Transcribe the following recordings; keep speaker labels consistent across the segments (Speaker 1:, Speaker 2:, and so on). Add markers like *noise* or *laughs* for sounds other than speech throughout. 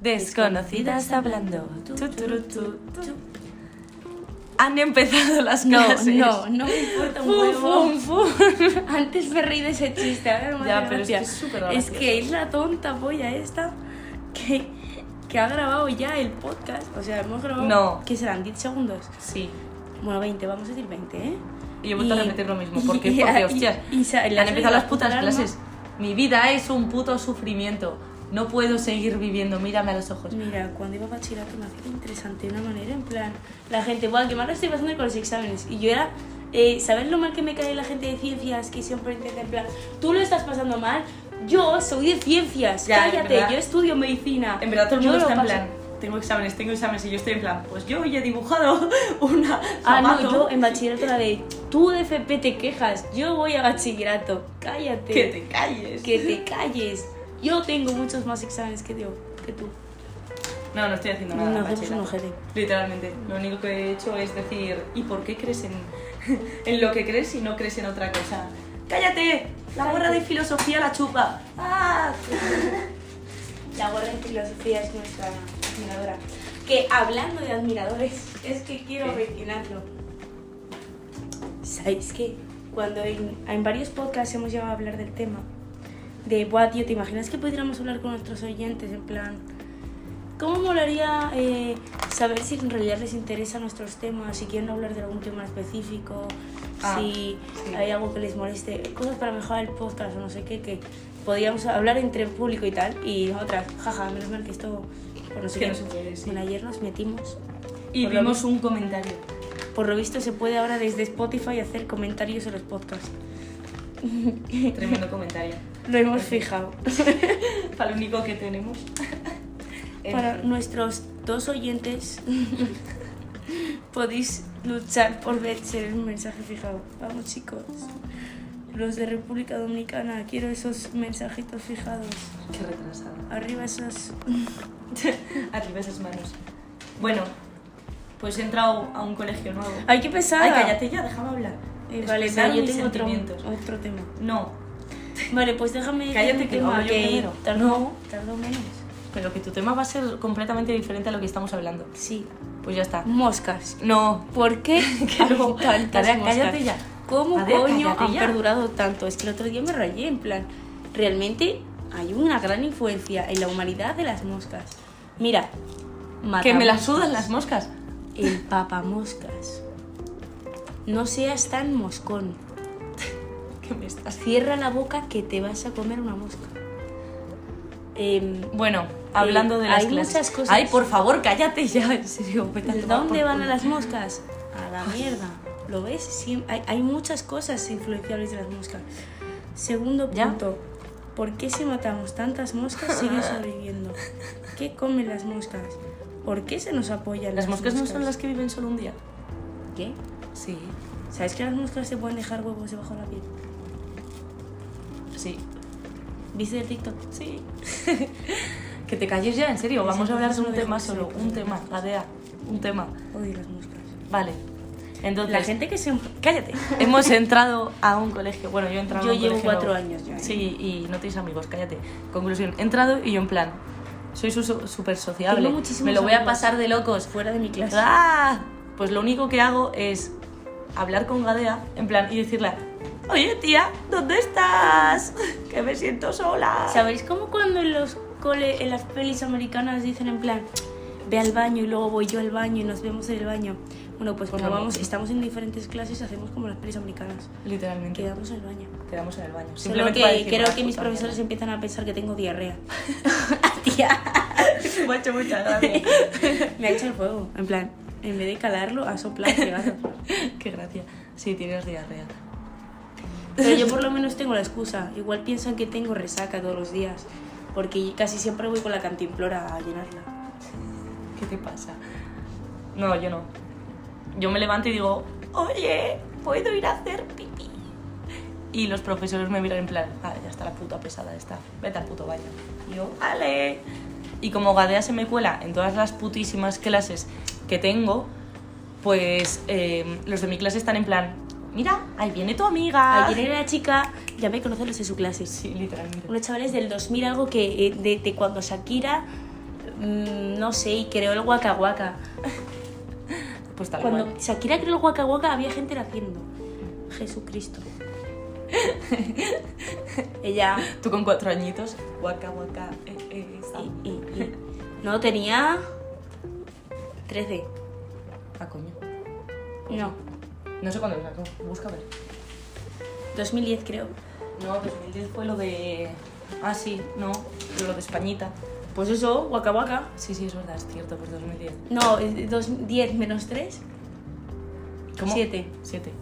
Speaker 1: Desconocidas hablando. Tu, tu, tu, tu, tu. Han empezado las *laughs* clases.
Speaker 2: No, no, no me importa un huevo.
Speaker 1: Fum, fum, fum.
Speaker 2: Antes me reí de ese chiste, ahora no me
Speaker 1: Ya,
Speaker 2: hace
Speaker 1: pero es que
Speaker 2: gracia.
Speaker 1: es súper
Speaker 2: Es
Speaker 1: gracioso.
Speaker 2: que es la tonta polla esta que, que ha grabado ya el podcast. O sea, hemos grabado.
Speaker 1: No.
Speaker 2: Que serán 10 segundos.
Speaker 1: Sí.
Speaker 2: Bueno, 20, vamos a decir 20, ¿eh?
Speaker 1: Y yo he vuelto a
Speaker 2: Y-
Speaker 1: repetir lo mismo. ¿Por *laughs* qué?
Speaker 2: y-
Speaker 1: Porque,
Speaker 2: y-
Speaker 1: hostias,
Speaker 2: y se- le ha
Speaker 1: han empezado
Speaker 2: salido
Speaker 1: las putas
Speaker 2: alarma.
Speaker 1: clases. Mi vida es un puto sufrimiento. No puedo seguir viviendo. Mírame a los ojos.
Speaker 2: Mira, cuando iba a bachillerato me hacía interesante de una manera, en plan, la gente, guau, qué mal lo estoy pasando con los exámenes. Y yo era, eh, ¿sabes lo mal que me cae la gente de ciencias? Que siempre intenta, en plan, tú lo estás pasando mal, yo soy de ciencias,
Speaker 1: Ya, en
Speaker 2: cállate,
Speaker 1: verdad.
Speaker 2: yo estudio medicina.
Speaker 1: En verdad todo el
Speaker 2: Yo
Speaker 1: mundo
Speaker 2: lo
Speaker 1: está en
Speaker 2: paso".
Speaker 1: plan, tengo exámenes, tengo exámenes y yo estoy en plan, pues yo hoy he dibujado *laughs* una
Speaker 2: Ah, no,
Speaker 1: zapato
Speaker 2: yo en bachillerato la de, tú de FP te quejas, yo voy a bachillerato,
Speaker 1: *laughs*
Speaker 2: cállate,
Speaker 1: que te calles.
Speaker 2: que te calles. Yo tengo muchos más exámenes que, yo, que tú.
Speaker 1: No, no estoy haciendo nada.
Speaker 2: No,
Speaker 1: en
Speaker 2: hacemos un
Speaker 1: bachillerato.
Speaker 2: ojete.
Speaker 1: Literalmente, lo único que he hecho es decir, ¿y por qué crees en, *laughs* en lo que crees y no crees en otra cosa? ¡Cállate! La gorra de filosofía la chupa. ¡Ah!
Speaker 2: La gorra en filosofía es nuestra admiradora. Que hablando de admiradores, es que quiero
Speaker 1: ¿Qué?
Speaker 2: mencionarlo. ¿Sabéis que Cuando en, en varios podcasts hemos llegado a hablar del tema, de, buah, tío, ¿te imaginas que pudiéramos hablar con nuestros oyentes? En plan, ¿cómo molaría eh, saber si en realidad les interesan nuestros temas, si quieren hablar de algún tema específico,
Speaker 1: Ah,
Speaker 2: si eh,
Speaker 1: sí.
Speaker 2: hay algo que les moleste, cosas para mejorar el podcast o no sé qué, que podríamos hablar entre el público y tal, y nosotras, jaja, menos mal que esto, por no sé
Speaker 1: Que
Speaker 2: qué.
Speaker 1: no se puede, sí.
Speaker 2: Bueno, ayer nos metimos.
Speaker 1: Y
Speaker 2: Por lo
Speaker 1: vimos un comentario.
Speaker 2: Por lo visto se puede ahora desde Spotify hacer comentarios en los podcasts.
Speaker 1: Tremendo *laughs* comentario.
Speaker 2: Lo hemos fijado.
Speaker 1: Para lo único que *laughs* tenemos. En
Speaker 2: *laughs* Para
Speaker 1: fin.
Speaker 2: nuestros dos oyentes, *laughs* podéis luchar por ver ser un mensaje fijado. Vamos, chicos. Los de República Dominicana, quiero esos mensajitos fijados.
Speaker 1: Qué retrasado.
Speaker 2: Arriba esas.
Speaker 1: Arriba esas manos. Bueno, pues he entrado a un colegio nuevo.
Speaker 2: Hay que pensar.
Speaker 1: Ay, cállate ya, déjame hablar.
Speaker 2: vale,
Speaker 1: Expresar
Speaker 2: pero yo
Speaker 1: mis
Speaker 2: tengo otro,
Speaker 1: sentimientos.
Speaker 2: otro tema.
Speaker 1: No,
Speaker 2: Vale, pues *laughs* déjame.
Speaker 1: Cállate,
Speaker 2: decir un
Speaker 1: que lo hablo yo primero.
Speaker 2: tardó,
Speaker 1: No.
Speaker 2: tardó menos.
Speaker 1: pero que tu tema va a ser completamente diferente a lo que estamos hablando.
Speaker 2: Sí.
Speaker 1: Pues ya está.
Speaker 2: Moscas.
Speaker 1: No.
Speaker 2: ¿Por qué
Speaker 1: *laughs* Que
Speaker 2: hay
Speaker 1: no.
Speaker 2: tantas
Speaker 1: Tarea,
Speaker 2: moscas?
Speaker 1: cállate ya.
Speaker 2: ¿Cómo
Speaker 1: Tarea,
Speaker 2: coño
Speaker 1: cállate
Speaker 2: han
Speaker 1: ya.
Speaker 2: perdurado tanto? Es que el otro día me rayé, en plan, realmente hay una gran influencia en la humanidad de las moscas. Mira,
Speaker 1: Que me las
Speaker 2: las
Speaker 1: sudan las moscas.
Speaker 2: El papamoscas. No seas tan moscón.
Speaker 1: Que me estás.
Speaker 2: Cierra la boca que te vas a comer una mosca. Em,
Speaker 1: Bueno, hablando de
Speaker 2: Eh,
Speaker 1: las
Speaker 2: hay
Speaker 1: clases.
Speaker 2: muchas cosas.
Speaker 1: Ay, por favor, cállate ya, *laughs* en serio. vete a tomar
Speaker 2: ¿Dónde
Speaker 1: por
Speaker 2: van a
Speaker 1: culo.
Speaker 2: las moscas? A la mierda. ¿Lo ves? Sí, hay, hay muchas cosas influenciables de las moscas. Segundo
Speaker 1: ¿Ya?
Speaker 2: punto. ¿Por qué si matamos tantas moscas
Speaker 1: *laughs*
Speaker 2: siguen sobreviviendo? ¿Qué comen las moscas? ¿Por qué se nos apoyan las,
Speaker 1: Las moscas no son las que viven solo un día.
Speaker 2: ¿Qué?
Speaker 1: Sí.
Speaker 2: ¿Sabes que las moscas se pueden dejar huevos debajo de la piel?
Speaker 1: Sí.
Speaker 2: ¿Viste el TikTok?
Speaker 1: Sí. *laughs* que te calles ya, en serio.
Speaker 2: Ese
Speaker 1: Vamos a hablar de un
Speaker 2: proceso de
Speaker 1: tema
Speaker 2: José,
Speaker 1: solo. Un
Speaker 2: con
Speaker 1: tema,
Speaker 2: las
Speaker 1: Gadea. Un tema.
Speaker 2: Odio las moscas.
Speaker 1: Vale. Entonces,
Speaker 2: La gente que se... em- ¡Cállate!
Speaker 1: hemos entrado a un colegio. Bueno, yo he entrado
Speaker 2: Yo
Speaker 1: a un
Speaker 2: llevo
Speaker 1: colegio
Speaker 2: cuatro
Speaker 1: nuevo.
Speaker 2: años ya, ¿eh?
Speaker 1: Sí, y no tenéis amigos, cállate. Conclusión, he entrado y yo en plan, soy su- súper sociable.
Speaker 2: Tengo muchísimos
Speaker 1: Me lo voy a
Speaker 2: amigos.
Speaker 1: pasar de locos.
Speaker 2: Fuera de mi clase.
Speaker 1: ¡Ah! Pues lo único que hago es hablar con Gadea, en plan, y decirle, oye tía, ¿dónde estás? Que me siento sola.
Speaker 2: ¿Sabéis cómo cuando en los cole, en las pelis americanas dicen en plan ve al baño y luego voy yo al baño y nos vemos en el baño? Bueno, pues cuando
Speaker 1: No,
Speaker 2: vamos,
Speaker 1: sí.
Speaker 2: estamos en diferentes clases hacemos como las pelis americanas.
Speaker 1: Literalmente.
Speaker 2: Quedamos en el baño.
Speaker 1: Quedamos en el baño.
Speaker 2: Solo
Speaker 1: para
Speaker 2: que
Speaker 1: decir,
Speaker 2: creo
Speaker 1: "Vaya
Speaker 2: que mis
Speaker 1: puta *laughs*
Speaker 2: profesores
Speaker 1: mierda".
Speaker 2: empiezan a pensar que tengo diarrea. *laughs* Tía,
Speaker 1: Me ha hecho mucha gracia.
Speaker 2: me ha hecho el fuego. En plan, en vez de calarlo, ha soplado pegado.
Speaker 1: Qué gracia. Sí, tienes diarrea.
Speaker 2: Pero yo por lo menos tengo la excusa. Igual piensan que tengo resaca todos los días. Porque casi siempre voy con la cantimplora a llenarla.
Speaker 1: ¿Qué te pasa? No, yo no. Yo me levanto y digo, oye, puedo ir a hacer pipí. Y los profesores me miran en plan, ah, ya está la puta pesada esta, vete al puto baño. Y yo, vale. Y como Gadea se me cuela en todas las putísimas clases que tengo, pues eh, los de mi clase están en plan, mira, ahí viene tu amiga.
Speaker 2: Ayer era la chica, ya me conocen los de su clase.
Speaker 1: Sí, literalmente.
Speaker 2: Unos chavales del 2000 algo que eh, de, de cuando Shakira mm, no sé, y creó el Waka Waka.
Speaker 1: Pues tal
Speaker 2: Cuando
Speaker 1: cual.
Speaker 2: Shakira creó el Waka Waka había gente naciendo. Jesucristo. *laughs* Ella
Speaker 1: Tú con cuatro añitos, guaca, guaca, eh, eh, esa.
Speaker 2: y- y- y- no tenía 13.
Speaker 1: Ah, coño.
Speaker 2: No,
Speaker 1: No sé cuándo lo sacó, busca a ver.
Speaker 2: 2010 creo.
Speaker 1: No, 2010 fue lo de... Ah, sí, no, lo de Españita.
Speaker 2: Pues eso, Waka Waka.
Speaker 1: Sí, sí, es verdad, es cierto, pues 2010.
Speaker 2: No, es dos- 10 menos 3. Siete.
Speaker 1: Siete.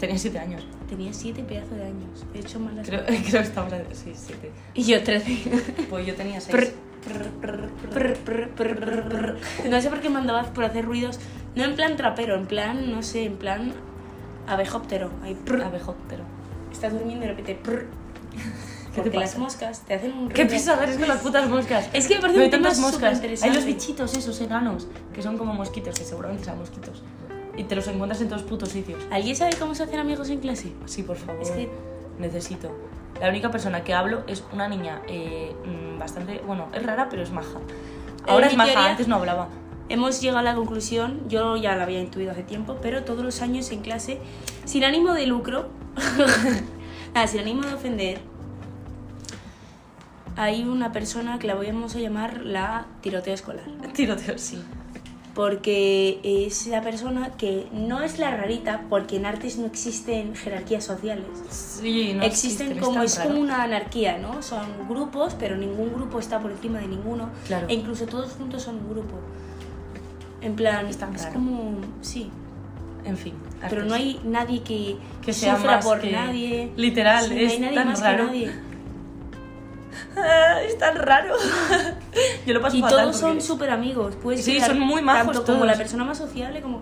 Speaker 1: Tenía siete años.
Speaker 2: Tenía 7 pedazos de años. He hecho malas.
Speaker 1: Creo, *laughs* creo que estaba... Sí, siete.
Speaker 2: Y yo 13.
Speaker 1: Pues yo tenía seis.
Speaker 2: Prr, prr, prr, prr, prr, prr, prr, prr. No sé por qué me andabas por hacer ruidos. No en plan trapero, en plan, no sé, en plan abejóptero. Ahí, prr.
Speaker 1: Ah, Abejotero.
Speaker 2: Estás durmiendo y de repente. prr. Porque las
Speaker 1: pasa?
Speaker 2: moscas te hacen un
Speaker 1: Qué
Speaker 2: ruido.
Speaker 1: pesada eres con las putas moscas.
Speaker 2: Es que me parece
Speaker 1: No hay
Speaker 2: un tema
Speaker 1: tantas moscas. Hay
Speaker 2: superinteresante.
Speaker 1: los bichitos esos enanos, que son como mosquitos, que seguramente sean mosquitos. Y te los encuentras en todos putos sitios.
Speaker 2: ¿Alguien sabe cómo se hacen amigos en clase?
Speaker 1: Sí, por favor.
Speaker 2: Es que-
Speaker 1: Necesito. La única persona que hablo es una niña eh, mm, bastante... Bueno, es rara, pero es maja. Ahora
Speaker 2: mi
Speaker 1: es maja,
Speaker 2: teoría-
Speaker 1: antes no *laughs* hablaba.
Speaker 2: Hemos llegado a la conclusión, yo ya la había intuido hace tiempo, pero todos los años en clase, sin ánimo de lucro, *laughs* nada, sin ánimo de ofender, hay una persona que la vamos a llamar la tiroteo escolar.
Speaker 1: Tiroteo, sí.
Speaker 2: Porque es la persona que no es la rarita, porque en artes no existen jerarquías sociales.
Speaker 1: Sí, no
Speaker 2: existen
Speaker 1: es
Speaker 2: como
Speaker 1: tan
Speaker 2: es
Speaker 1: raro.
Speaker 2: como una anarquía, ¿no? Son grupos, pero ningún grupo está por encima de ninguno.
Speaker 1: Claro.
Speaker 2: E incluso todos juntos son un grupo. En plan,
Speaker 1: Es tan
Speaker 2: es
Speaker 1: raro.
Speaker 2: como sí,
Speaker 1: En fin.
Speaker 2: pero no
Speaker 1: artes.
Speaker 2: hay nadie que,
Speaker 1: Que sea
Speaker 2: sufra
Speaker 1: más
Speaker 2: por
Speaker 1: que-
Speaker 2: nadie.
Speaker 1: Literal,
Speaker 2: Sí,
Speaker 1: es
Speaker 2: no hay nadie
Speaker 1: tan
Speaker 2: más
Speaker 1: raro.
Speaker 2: que nadie.
Speaker 1: *laughs* Ah, es tan raro. *laughs* Yo lo paso
Speaker 2: Y
Speaker 1: fatal
Speaker 2: todos son
Speaker 1: porque-
Speaker 2: súper amigos, pues
Speaker 1: Sí, son muy majos
Speaker 2: tanto como
Speaker 1: todos.
Speaker 2: la persona más sociable como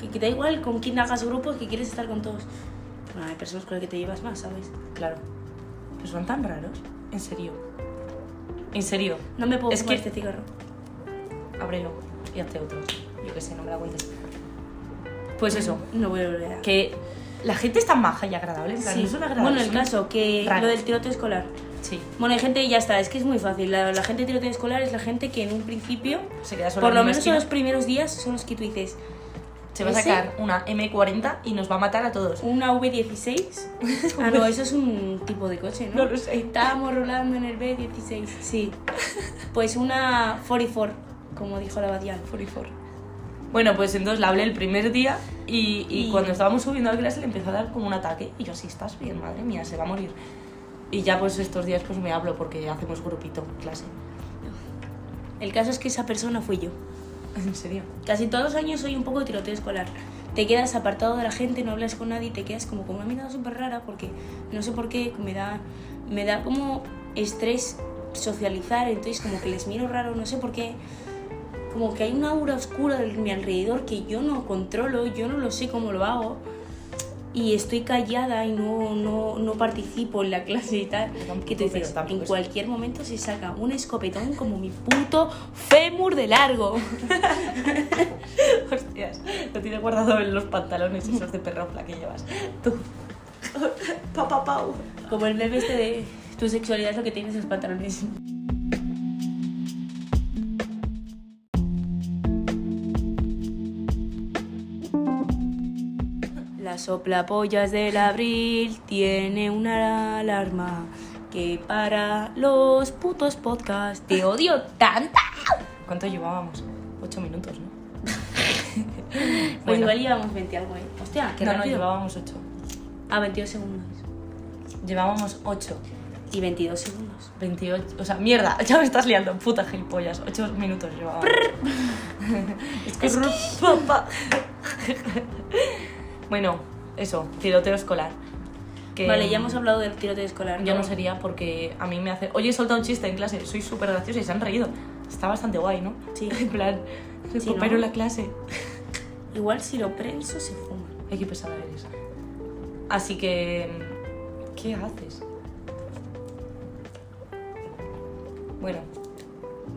Speaker 2: que, que da igual con quién hagas grupos, que quieres estar con todos. Bueno, hay personas con las que te llevas más, ¿sabes?
Speaker 1: Claro. Pero son tan raros. En serio. En serio.
Speaker 2: No me puedo
Speaker 1: Es
Speaker 2: fumar
Speaker 1: que-
Speaker 2: este cigarro.
Speaker 1: Ábrelo y hazte otro. Yo qué sé, no me la cuentes. Pues eso.
Speaker 2: No voy a volver a
Speaker 1: Que la gente es tan maja y agradable. En plan,
Speaker 2: Sí.
Speaker 1: no son agradables.
Speaker 2: Bueno, el
Speaker 1: son-
Speaker 2: caso, que
Speaker 1: raros.
Speaker 2: lo del tiroteo escolar.
Speaker 1: Sí.
Speaker 2: Bueno, hay gente, ya está, es que es muy fácil. La, la gente de tiroteo escolar es la gente que en un principio,
Speaker 1: Se queda solo
Speaker 2: por
Speaker 1: en
Speaker 2: lo
Speaker 1: una
Speaker 2: menos en
Speaker 1: esquina.
Speaker 2: los primeros días, son los que tú dices
Speaker 1: Se va a
Speaker 2: ese-
Speaker 1: sacar una M40 y nos va a matar a todos.
Speaker 2: una
Speaker 1: *laughs*
Speaker 2: V16. ah, no, eso es un tipo de coche, ¿no?
Speaker 1: sé.
Speaker 2: Estábamos rolando en el B16. Sí. Pues una 44, como dijo la abadía.
Speaker 1: 44. Bueno, pues entonces la hablé el primer día y, y
Speaker 2: Y-
Speaker 1: cuando estábamos subiendo a clase le empezó a dar como un ataque y yo así, ¿estás bien? Madre mía, se va a morir. Y ya pues estos días pues me hablo porque hacemos grupito en clase.
Speaker 2: El caso es que esa persona fui yo.
Speaker 1: ¿En serio?
Speaker 2: Casi todos los años soy un poco de tiroteo escolar. Te quedas apartado de la gente, no hablas con nadie, y te quedas como con una mirada súper rara porque no sé por qué me da, me da como estrés socializar, entonces como que les miro raro, no sé por qué. Como que hay una aura oscura de mi alrededor que yo no controlo, yo no lo sé cómo lo hago y estoy callada y no, no, no participo en la clase y tal.
Speaker 1: Yo tampoco,
Speaker 2: Que tú
Speaker 1: pero
Speaker 2: dices,
Speaker 1: tampoco
Speaker 2: en
Speaker 1: es-
Speaker 2: cualquier momento se saca un escopetón como mi puto fémur de largo.
Speaker 1: *laughs* Hostias, lo tienes guardado en los pantalones esos de perrofla que llevas. Tú. Pa, pa, pau.
Speaker 2: Como el meme este de tu sexualidad es lo que tienes en los pantalones. La soplapollas del abril tiene una alarma que para los putos podcasts te odio tanta.
Speaker 1: ¿Cuánto llevábamos? Ocho minutos, ¿no? *laughs*
Speaker 2: Pues
Speaker 1: Bueno.
Speaker 2: igual llevamos 20 algo, ¿eh? Hostia, qué
Speaker 1: no, no,
Speaker 2: rápido.
Speaker 1: llevábamos ocho.
Speaker 2: A 22 segundos.
Speaker 1: Llevábamos ocho.
Speaker 2: Y 22 segundos.
Speaker 1: 28, o sea, mierda, *laughs* ya me estás liando, puta gilipollas. 8 minutos llevaba. es que papá. bueno, eso, tiroteo escolar. Que
Speaker 2: Vale, ya hemos hablado del tiroteo escolar.
Speaker 1: Yo no sería porque a mí me hace. Oye, he soltado un chiste en clase, soy súper graciosa y se han reído. Está bastante guay, ¿no?
Speaker 2: Sí.
Speaker 1: *laughs* En plan,
Speaker 2: Sí,
Speaker 1: recupero
Speaker 2: ¿no?
Speaker 1: la clase.
Speaker 2: Igual si lo prenso se fuma.
Speaker 1: Ay, qué pesada eres. Así que. ¿Qué haces? Bueno.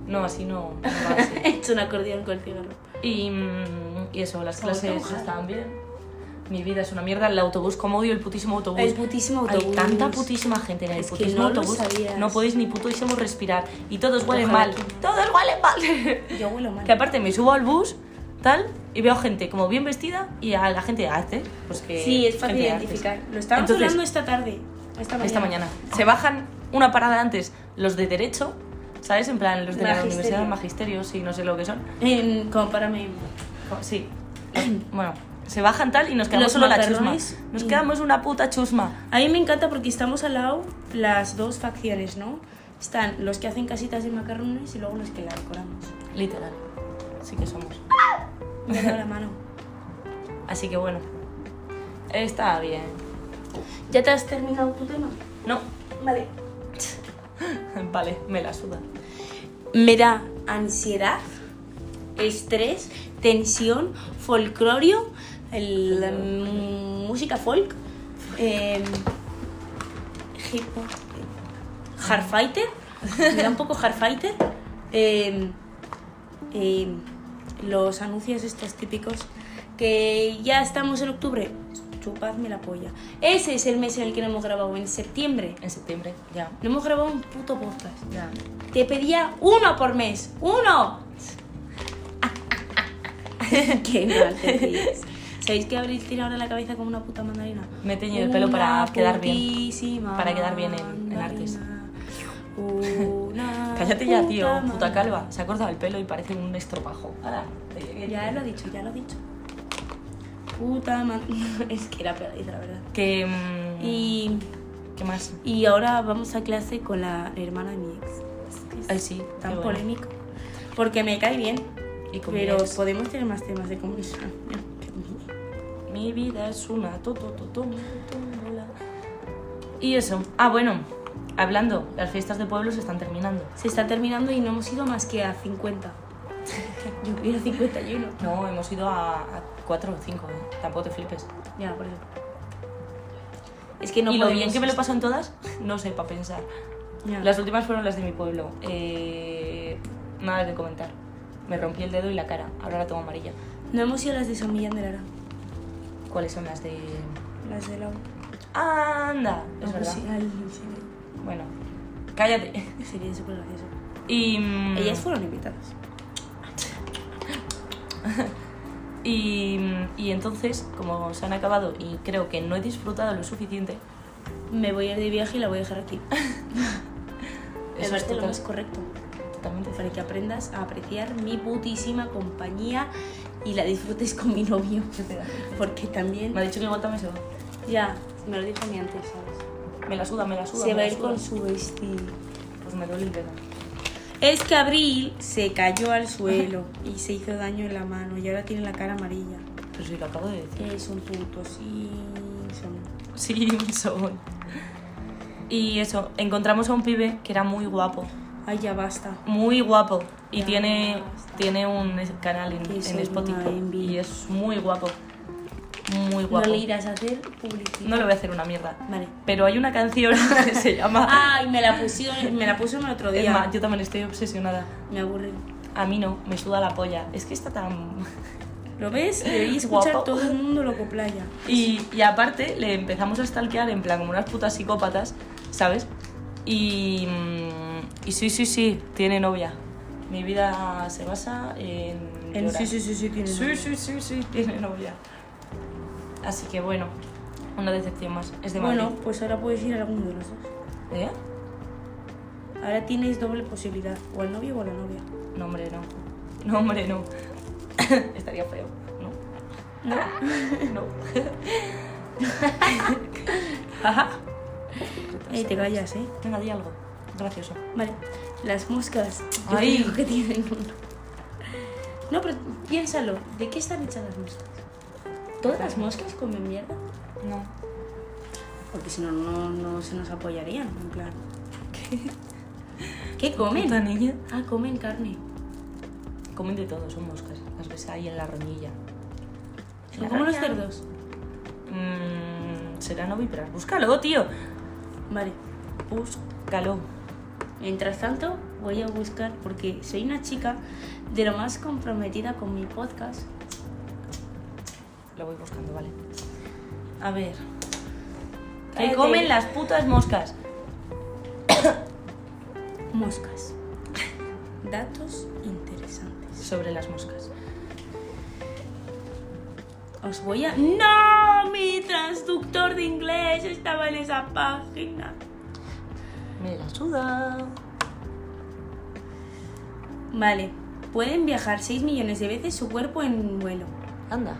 Speaker 1: No, así no. no va así.
Speaker 2: *laughs* He hecho un acordeón con el cigarro.
Speaker 1: Y, mm, y eso, las
Speaker 2: Se ha vuelto
Speaker 1: clases
Speaker 2: mojada.
Speaker 1: estaban bien. Mi vida es una mierda. El autobús, como odio el putísimo autobús.
Speaker 2: El putísimo
Speaker 1: Hay
Speaker 2: autobús.
Speaker 1: tanta putísima gente en el
Speaker 2: Es que
Speaker 1: putísimo
Speaker 2: no lo
Speaker 1: autobús.
Speaker 2: sabías.
Speaker 1: No podéis ni putísimo respirar. Y todos huelen
Speaker 2: Ojalá
Speaker 1: mal.
Speaker 2: que no.
Speaker 1: Todos huelen mal.
Speaker 2: *laughs* Yo huelo mal.
Speaker 1: Que aparte me subo al bus, tal, y veo gente como bien vestida y a la gente de arte. Pues que
Speaker 2: Sí, es fácil
Speaker 1: gente de artes.
Speaker 2: identificar. Lo estábamos
Speaker 1: Entonces,
Speaker 2: hablando esta tarde. Esta mañana.
Speaker 1: Esta mañana. Se bajan una parada antes los de Derecho, ¿sabes? En plan, los de la
Speaker 2: Magisterio.
Speaker 1: Universidad de Magisterio, sí, no sé lo que son. Oh,
Speaker 2: En, compárame.
Speaker 1: Sí. *clears throat* Bueno, se bajan tal y nos quedamos
Speaker 2: Los
Speaker 1: solo la chusma.
Speaker 2: macarrones
Speaker 1: Nos
Speaker 2: y-
Speaker 1: quedamos una puta chusma.
Speaker 2: A mí me encanta porque estamos al lado las dos facciones, ¿no? Están los que hacen casitas de macarrones y luego los que la decoramos.
Speaker 1: Literal. Así que somos.
Speaker 2: Me he dado la *laughs* mano.
Speaker 1: Así que bueno. Está bien.
Speaker 2: ¿Ya te has terminado tu tema?
Speaker 1: No. *laughs*
Speaker 2: Vale.
Speaker 1: Vale, me la suda.
Speaker 2: Me da ansiedad, estrés, tensión, folclorio, el- la mm, música folk, eh, hip hop, hardfighter, me da un poco hardfighter, eh, eh, los anuncios estos típicos que ya estamos en octubre, chupadme la polla. Ese es el mes en el que no hemos grabado, en septiembre.
Speaker 1: En septiembre, ya.
Speaker 2: No hemos grabado un puto podcast.
Speaker 1: Ya.
Speaker 2: Te pedía uno por mes.
Speaker 1: *laughs*
Speaker 2: ¡Uno! Qué mal te ríes. ¿Sabéis que Abril tiene ahora la cabeza como una puta mandarina?
Speaker 1: Me he teñido el pelo para
Speaker 2: Una
Speaker 1: quedar bien.
Speaker 2: putísima
Speaker 1: Para quedar bien en- en artes.
Speaker 2: mandarina. Una
Speaker 1: *laughs* Cállate ya,
Speaker 2: puta
Speaker 1: tío. Puta
Speaker 2: mandarina.
Speaker 1: calva. Se ha cortado el pelo y parece un estropajo. Hala, te-
Speaker 2: Ya lo he dicho, ya lo he dicho. Puta man... *laughs* es que era pegadiza, la verdad.
Speaker 1: Que. mm,
Speaker 2: Y,
Speaker 1: ¿Qué más?
Speaker 2: y ahora vamos a clase con la hermana de mi ex.
Speaker 1: Ay, sí.
Speaker 2: tan
Speaker 1: qué bueno.
Speaker 2: polémico. Porque me cae bien.
Speaker 1: Y con
Speaker 2: Pero pues
Speaker 1: mi ex.
Speaker 2: podemos tener más temas de conversación.
Speaker 1: Mi vida es una tu, tu, tu, tum, tómbola. Y eso. Ah, bueno. Hablando, las fiestas de pueblo se están terminando.
Speaker 2: Se está terminando y no hemos ido más que a 50. Yo quería 51.
Speaker 1: No, hemos ido a, a cuatro o cinco. ¿eh? Tampoco te flipes.
Speaker 2: Ya, por eso. Es que no
Speaker 1: y lo
Speaker 2: podemos-
Speaker 1: bien que me lo paso en todas, *laughs* no sé, para pensar.
Speaker 2: Ya.
Speaker 1: Las últimas fueron las de mi pueblo. Eh, nada que comentar. Me rompí el dedo y la cara. Ahora la tengo amarilla.
Speaker 2: No hemos ido a las de San Millán de Lara.
Speaker 1: ¿Cuáles son las de...?
Speaker 2: Las de la U.
Speaker 1: ¡Anda! Es
Speaker 2: No, pues
Speaker 1: verdad.
Speaker 2: sí, ay, sí,
Speaker 1: Bueno, cállate.
Speaker 2: Sería súper gracioso.
Speaker 1: Y... mm,
Speaker 2: Ellas fueron invitadas.
Speaker 1: Y, y entonces, como se han acabado y creo que no he disfrutado lo suficiente,
Speaker 2: Me voy a ir de viaje y la voy a dejar *laughs* aquí. Me
Speaker 1: eso es
Speaker 2: parece lo
Speaker 1: total-
Speaker 2: más correcto.
Speaker 1: totalmente
Speaker 2: Para que aprendas a apreciar mi putísima compañía y la disfrutes con mi novio. Porque también...
Speaker 1: Me ha dicho que igual también se va.
Speaker 2: Ya, me lo dijo a mí antes, ¿sabes?
Speaker 1: Me la suda, me la suda.
Speaker 2: Se
Speaker 1: me
Speaker 2: va a
Speaker 1: la
Speaker 2: ir
Speaker 1: suda.
Speaker 2: con su vestido.
Speaker 1: Pues me duele el dedo.
Speaker 2: Es que Abril se cayó al suelo y se hizo daño en la mano y ahora tiene la cara amarilla.
Speaker 1: Pero si lo acabo de decir.
Speaker 2: Es un puto Simpson.
Speaker 1: Sí, un segundo. Y eso, encontramos a un pibe que era muy guapo.
Speaker 2: Ay, ya basta.
Speaker 1: Muy guapo. Y
Speaker 2: Ya,
Speaker 1: tiene,
Speaker 2: basta.
Speaker 1: tiene un es- canal en,
Speaker 2: Que
Speaker 1: en
Speaker 2: soy una
Speaker 1: Spotify.
Speaker 2: envidia.
Speaker 1: Y es muy guapo. Muy guapo.
Speaker 2: No le irás a hacer publicidad.
Speaker 1: No le voy a hacer una mierda.
Speaker 2: Vale.
Speaker 1: Pero hay una canción *laughs* que se llama...
Speaker 2: Ay, me la pusieron, me la pusieron el otro día.
Speaker 1: Emma, yo también estoy obsesionada.
Speaker 2: Me aburre.
Speaker 1: A mí no, me suda la polla. Es que está tan... *laughs*
Speaker 2: ¿Lo ves? Deberíais escuchar
Speaker 1: Guapo.
Speaker 2: todo el mundo loco playa.
Speaker 1: Y, y aparte le empezamos a stalkear en plan como unas putas psicópatas, ¿sabes? Y, mm, y sí, sí, sí, tiene novia. Mi vida se basa en...
Speaker 2: En
Speaker 1: llorar.
Speaker 2: sí, sí, sí, sí, tiene.
Speaker 1: sí, sí, sí, sí, tiene novia. Así que bueno, una decepción más. Es de
Speaker 2: Bueno,
Speaker 1: Madrid.
Speaker 2: pues ahora puedes ir a alguno de los dos.
Speaker 1: ¿Eh?
Speaker 2: Ahora tienes doble posibilidad, o al novio o a la novia.
Speaker 1: No, hombre, no. No, hombre, no. *laughs* Estaría feo, ¿no? No. *laughs* no. Ajá.
Speaker 2: Ey, te callas, ¿eh?
Speaker 1: Venga, di algo. Gracioso.
Speaker 2: Vale, las moscas. Yo
Speaker 1: Ay.
Speaker 2: creo que tienen uno. No, pero piénsalo, ¿de qué están hechas las moscas? ¿Todas las moscas comen mierda?
Speaker 1: No.
Speaker 2: Porque si no, no, no se nos apoyarían, en plan. ¿Qué? ¿Qué comen?
Speaker 1: Puta niña.
Speaker 2: Ah, comen carne.
Speaker 1: Comen de todo, son moscas. Las ves ahí en la rondilla.
Speaker 2: Son como los
Speaker 1: Araña.
Speaker 2: cerdos.
Speaker 1: Mm, serán ovíparas. Búscalo, tío.
Speaker 2: Vale,
Speaker 1: Búscalo.
Speaker 2: mientras tanto voy a buscar, porque soy una chica de lo más comprometida con mi podcast.
Speaker 1: Lo voy buscando, vale. A ver. Que
Speaker 2: Cállate.
Speaker 1: comen las putas moscas.
Speaker 2: Moscas. *laughs* Datos interesantes.
Speaker 1: Sobre las moscas.
Speaker 2: Os voy a... ¡No! Mi transductor de inglés estaba en esa página.
Speaker 1: Me la suda.
Speaker 2: Vale. Pueden viajar 6 millones de veces su cuerpo en vuelo.
Speaker 1: Anda.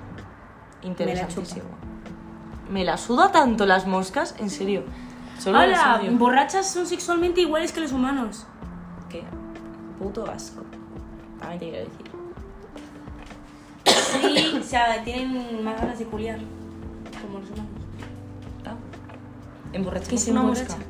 Speaker 1: Interesantísimo. Me la suda tanto las moscas, en serio. Solo
Speaker 2: Hola,
Speaker 1: las odio.
Speaker 2: borrachas son sexualmente iguales que los
Speaker 1: *coughs*
Speaker 2: humanos.
Speaker 1: Qué puto asco. También te quiero decir.
Speaker 2: Sí, o sea, tienen más ganas de culiar. Como los humanos.
Speaker 1: Ah. Emborrachamos
Speaker 2: Que se
Speaker 1: una
Speaker 2: emborracha.
Speaker 1: mosca.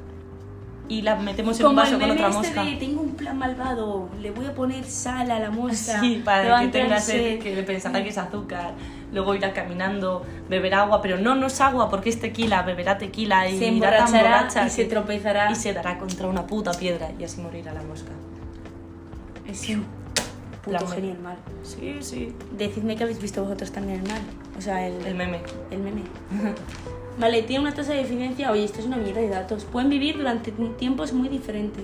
Speaker 1: Y la metemos en un
Speaker 2: Como el
Speaker 1: vaso con
Speaker 2: meme
Speaker 1: otra
Speaker 2: este
Speaker 1: mosca.
Speaker 2: de tengo un plan malvado, le voy a poner sal a la mosca.
Speaker 1: Sí,
Speaker 2: le va
Speaker 1: para
Speaker 2: a
Speaker 1: que
Speaker 2: entrar
Speaker 1: tenga sed,
Speaker 2: sed".
Speaker 1: que pensará que es azúcar, luego irá caminando, beber agua, pero no, no es agua porque es tequila, beberá tequila y
Speaker 2: se
Speaker 1: irá tan
Speaker 2: emborrachará
Speaker 1: borracha
Speaker 2: y se
Speaker 1: que-
Speaker 2: tropezará.
Speaker 1: y se dará contra una puta piedra y así morirá la mosca.
Speaker 2: Es un
Speaker 1: La
Speaker 2: puto
Speaker 1: muerte.
Speaker 2: genio el mal.
Speaker 1: Sí, sí.
Speaker 2: Decidme que habéis visto vosotros también el mal. O sea, el,
Speaker 1: El meme.
Speaker 2: el meme. Vale, tiene una tasa de eficiencia. Oye, esto es una mierda de datos. Pueden vivir durante tiempos muy diferentes.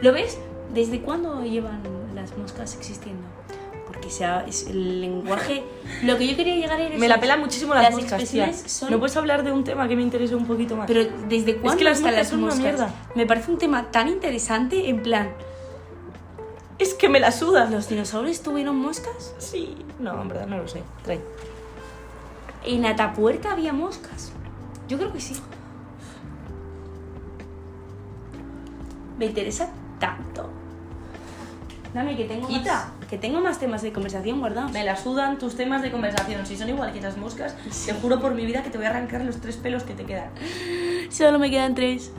Speaker 2: ¿Lo ves? ¿Desde cuándo llevan las moscas existiendo? Porque sea, es el lenguaje. Lo que yo quería llegar era.
Speaker 1: Me
Speaker 2: eso.
Speaker 1: la pelan muchísimo las,
Speaker 2: Las
Speaker 1: moscas, tía.
Speaker 2: expresiones son-
Speaker 1: No puedes hablar de un tema que me interese un poquito más.
Speaker 2: Pero ¿desde cuándo
Speaker 1: las
Speaker 2: están
Speaker 1: moscas son una mierda.
Speaker 2: Me parece un tema tan interesante. En plan,
Speaker 1: es que me la suda.
Speaker 2: ¿los dinosaurios tuvieron moscas?
Speaker 1: Sí. No, en verdad no lo sé. Trae.
Speaker 2: ¿En Atapuerca había moscas? Yo creo que sí. Me interesa tanto. Dame que tengo
Speaker 1: Quita.
Speaker 2: más, que tengo más temas de conversación guardados.
Speaker 1: Me la sudan tus temas de conversación. Si son igual que las moscas, te juro por mi vida que te voy a arrancar los tres pelos que te quedan.
Speaker 2: Solo me quedan tres.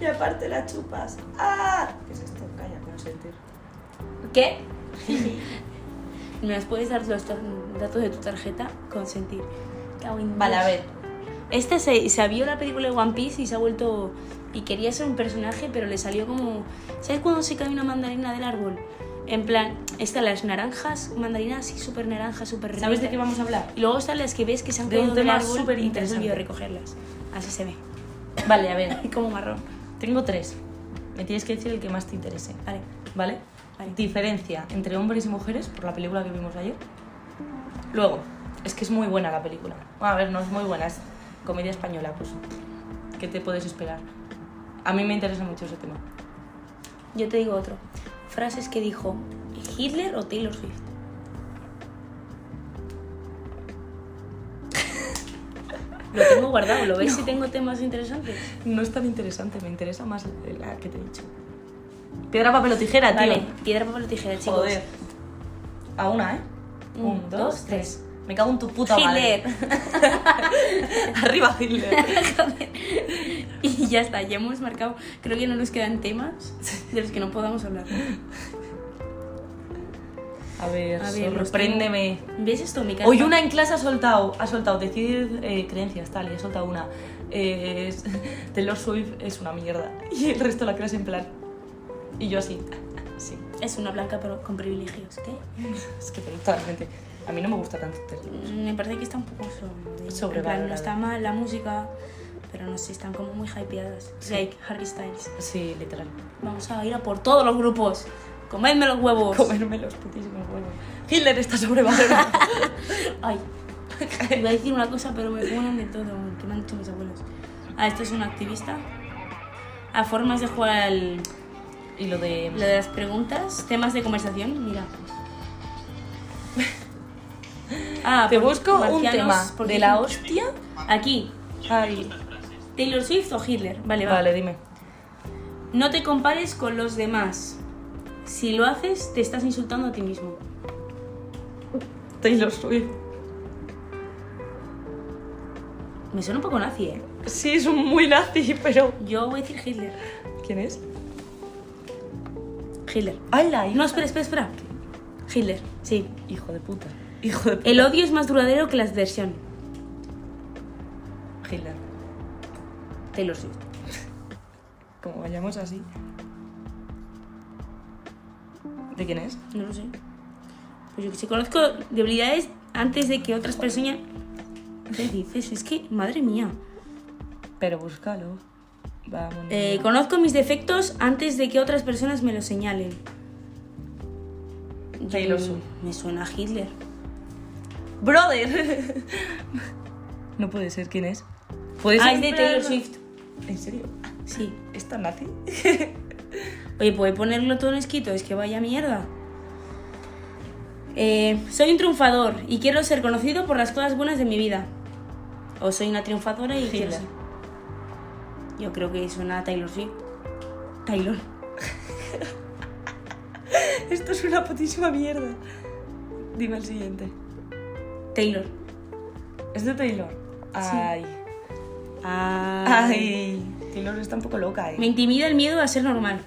Speaker 1: Y aparte la chupas. ¡Ah! ¿Qué es esto? Calla, que no sé sentir.
Speaker 2: ¿Qué? ¿Me las puedes dar los tar- datos de tu tarjeta? Consentir. Cago
Speaker 1: *laughs*
Speaker 2: en
Speaker 1: Vale,
Speaker 2: Dios.
Speaker 1: a ver.
Speaker 2: Este se, se vio la película de One Piece y se ha vuelto. Y quería ser un personaje, pero le salió como. ¿Sabes cuando se cae una mandarina del árbol? En plan, están las naranjas, mandarinas así súper naranjas, súper
Speaker 1: ¿Sabes
Speaker 2: ricas.
Speaker 1: de qué vamos a hablar?
Speaker 2: Y luego están las que ves que se han
Speaker 1: De un
Speaker 2: caído del
Speaker 1: tema
Speaker 2: árbol
Speaker 1: súper
Speaker 2: y te has olvidado
Speaker 1: interesante.
Speaker 2: recogerlas. Así se ve. *laughs*
Speaker 1: Vale, a ver.
Speaker 2: Y como marrón.
Speaker 1: Tengo tres. Me tienes que decir el que más te interese.
Speaker 2: Vale.
Speaker 1: ¿Vale?
Speaker 2: Vale.
Speaker 1: Diferencia entre hombres y mujeres por la película que vimos ayer. Luego, es que es muy buena la película. Bueno, a ver, no es muy buena, es comedia española, pues. ¿Qué te puedes esperar? A mí me interesa mucho ese tema.
Speaker 2: Yo te digo otro. Frases que dijo Hitler o Taylor Swift. Lo tengo guardado, ¿lo ves si tengo temas interesantes?
Speaker 1: *laughs* No es tan interesante, me interesa más la que te he dicho. Piedra, papel o tijera, tío.
Speaker 2: Vale, piedra, papel o tijera, chicos.
Speaker 1: Joder. A una, ¿eh?
Speaker 2: Un,
Speaker 1: Un, dos,
Speaker 2: dos,
Speaker 1: tres. Me cago en tu puta
Speaker 2: Hitler.
Speaker 1: madre. *laughs* Arriba, *laughs* Hitler.
Speaker 2: *laughs* Y ya está, ya hemos marcado. Creo que no nos quedan temas de los que no podamos hablar.
Speaker 1: A ver,
Speaker 2: A ver, los
Speaker 1: sorpréndeme.
Speaker 2: ¿Ves esto, mi cara?
Speaker 1: Hoy una en clase ha soltado, ha soltado decir eh, creencias tal y ha soltado una. eh, es- *laughs* Taylor Swift es una mierda. Y el resto de la clase en plan. Y yo así. *laughs* Sí.
Speaker 2: Es una blanca pero con privilegios, ¿qué?
Speaker 1: Es que pero totalmente. A mí no me gusta tanto Taylor.
Speaker 2: Mm, Me parece que está un poco sobre.
Speaker 1: Sobrevalorada.
Speaker 2: No está mal la música, pero no sé, están como muy hypeadas. Like Harry Styles.
Speaker 1: Sí, literal.
Speaker 2: Vamos a ir a por todos los grupos. Comedme los huevos.
Speaker 1: Comerme los putísimos huevos. Hitler está sobrevalorado.
Speaker 2: Ay, iba a decir una cosa, pero me ponen de todo, que me han dicho mis abuelos. Ah, esto es un activista. A formas de jugar al.
Speaker 1: *laughs* y lo de.
Speaker 2: Lo de las preguntas, temas de conversación,
Speaker 1: *laughs*
Speaker 2: mira. Ah,
Speaker 1: Te
Speaker 2: por-
Speaker 1: busco un
Speaker 2: marcianos,
Speaker 1: tema
Speaker 2: por
Speaker 1: de
Speaker 2: qué-
Speaker 1: la hostia.
Speaker 2: Aquí,
Speaker 1: Ay.
Speaker 2: Taylor Swift o Hitler. Vale, va.
Speaker 1: Vale, dime.
Speaker 2: No te compares con los demás. Si lo haces, te estás insultando a ti mismo.
Speaker 1: Taylor Swift.
Speaker 2: Me suena un poco nazi, ¿eh?
Speaker 1: Sí, es un muy nazi, pero.
Speaker 2: Yo voy a decir Hitler.
Speaker 1: ¿Quién es?
Speaker 2: Hitler.
Speaker 1: ¡Hala!
Speaker 2: No, espera, espera, espera. Hitler, sí.
Speaker 1: Hijo de puta. Hijo de puta.
Speaker 2: El odio es más duradero que la adversión.
Speaker 1: Hitler.
Speaker 2: Taylor Swift.
Speaker 1: Como vayamos así. ¿De quién es?
Speaker 2: No lo sé. Pues yo que sé, conozco debilidades antes de que otras personas ¿Qué dices? Es que, madre mía.
Speaker 1: Pero búscalo. Vamos.
Speaker 2: Eh, conozco mis defectos antes de que otras personas me los señalen.
Speaker 1: Taylor
Speaker 2: Mm,
Speaker 1: Swift.
Speaker 2: Me suena a Hitler.
Speaker 1: ¡Brother! *laughs* no puede ser quién es. ¿Puede
Speaker 2: Ah,
Speaker 1: ser
Speaker 2: es
Speaker 1: en
Speaker 2: de
Speaker 1: plan-
Speaker 2: Taylor Swift.
Speaker 1: ¿En serio?
Speaker 2: Sí.
Speaker 1: ¿Es tan nazi? *laughs*
Speaker 2: Oye, ¿puede ponerlo todo en escrito? Es que vaya mierda. Eh, soy un triunfador y quiero ser conocido por las cosas buenas de mi vida. O soy una triunfadora y quiero
Speaker 1: Hitler.
Speaker 2: ser... Yo creo que suena a Taylor Swift. Taylor.
Speaker 1: Esto es una putísima mierda. Dime el siguiente.
Speaker 2: Taylor.
Speaker 1: ¿Es de Taylor? Ay.
Speaker 2: Ay.
Speaker 1: Ay. Taylor está un poco loca, eh.
Speaker 2: Me intimida el miedo a ser normal.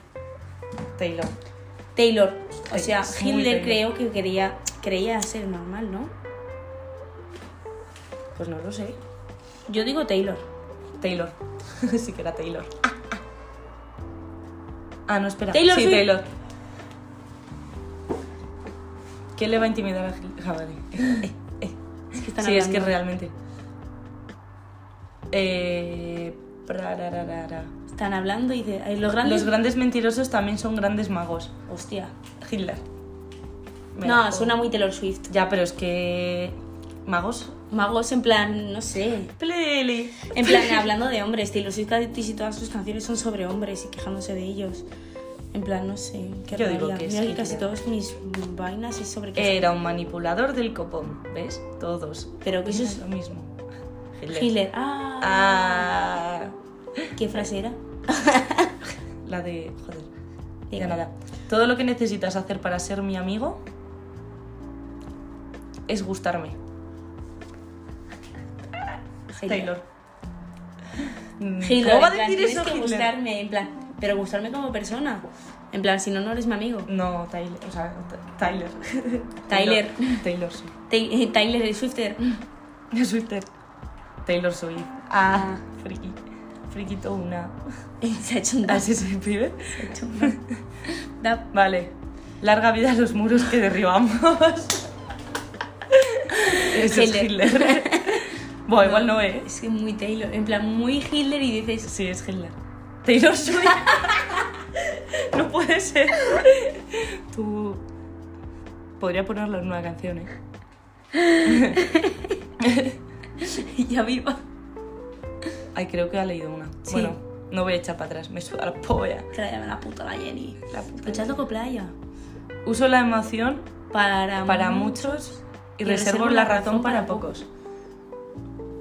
Speaker 1: Taylor.
Speaker 2: Taylor. O
Speaker 1: Ay,
Speaker 2: sea,
Speaker 1: es muy
Speaker 2: Hitler
Speaker 1: Taylor.
Speaker 2: creo que quería, creía ser normal, ¿no?
Speaker 1: Pues no lo sé.
Speaker 2: Yo digo Taylor.
Speaker 1: Taylor. *laughs* sí que era Taylor. Ah, no, espera.
Speaker 2: ah. Taylor
Speaker 1: sí,
Speaker 2: Swift.
Speaker 1: Taylor. ¿Quién le va a intimidar a Gil? Ah, vale.
Speaker 2: Es que
Speaker 1: Sí,
Speaker 2: están
Speaker 1: es que
Speaker 2: hablando.
Speaker 1: realmente. Eh, prarararara.
Speaker 2: Están hablando y de... ay, Los grandes...
Speaker 1: Los grandes mentirosos también son grandes magos.
Speaker 2: Hostia.
Speaker 1: Hitler. Me la
Speaker 2: No,
Speaker 1: juego.
Speaker 2: suena muy Taylor Swift.
Speaker 1: Ya, pero es que. ¿Magos?
Speaker 2: Magos en plan, no sé.
Speaker 1: Pleli.
Speaker 2: En plan, hablando de hombres, Taylor Swift casi todas sus canciones son sobre hombres y quejándose de ellos. En plan, no sé, qué
Speaker 1: Yo digo
Speaker 2: raría.
Speaker 1: que es
Speaker 2: Mira que
Speaker 1: Hitler.
Speaker 2: casi todas mis vainas es sobre que
Speaker 1: Era un manipulador del copón, ¿ves? Todos.
Speaker 2: Pero que eso
Speaker 1: es
Speaker 2: es
Speaker 1: lo mismo. Hitler.
Speaker 2: Hitler. Ah,
Speaker 1: Ah,
Speaker 2: ¿Qué frase era?
Speaker 1: la de. Joder.
Speaker 2: Diga.
Speaker 1: Ya nada. Todo lo que necesitas hacer para ser mi amigo es gustarme.
Speaker 2: Hitler.
Speaker 1: Taylor. Mm,
Speaker 2: Hitler,
Speaker 1: ¿Cómo va a
Speaker 2: en plan,
Speaker 1: decir
Speaker 2: tienes
Speaker 1: eso
Speaker 2: que
Speaker 1: Hitler?
Speaker 2: gustarme, en plan, pero gustarme como persona. En plan, si no, no eres mi amigo.
Speaker 1: No, Tyler. O sea, T- Tyler.
Speaker 2: *laughs* Tyler.
Speaker 1: Taylor, Taylor
Speaker 2: *laughs*
Speaker 1: Swift.
Speaker 2: Ta- Tyler el eh, Swifter.
Speaker 1: Swifter. Taylor Swift. Ah, friki. Friquito
Speaker 2: *laughs*
Speaker 1: una.
Speaker 2: Ah,
Speaker 1: Ah,
Speaker 2: Se ha
Speaker 1: *laughs*
Speaker 2: hecho un dash.
Speaker 1: Así se pide.
Speaker 2: se ha hecho un
Speaker 1: Pues
Speaker 2: dash. Da-
Speaker 1: Vale. Larga vida a los muros que derribamos. Eso es
Speaker 2: Hitler.
Speaker 1: Hitler. Bueno, igual no, ¿eh?
Speaker 2: Es que muy Taylor. En plan, muy Hitler y dices, *laughs*
Speaker 1: Sí, es Hitler. Taylor Swift. no puede ser. Tú. Podría ponerlo en una canción, ¿eh?
Speaker 2: ya viva.
Speaker 1: Ay, creo que ha leído una.
Speaker 2: Sí.
Speaker 1: Bueno, no voy a echar para atrás, me suda la polla.
Speaker 2: Que la llama la puta la Jenny.
Speaker 1: La puta
Speaker 2: Escuchad loco playa.
Speaker 1: Uso la emoción
Speaker 2: Para,
Speaker 1: para
Speaker 2: mu-
Speaker 1: muchos Mm. y, reservo, la razón para pocos.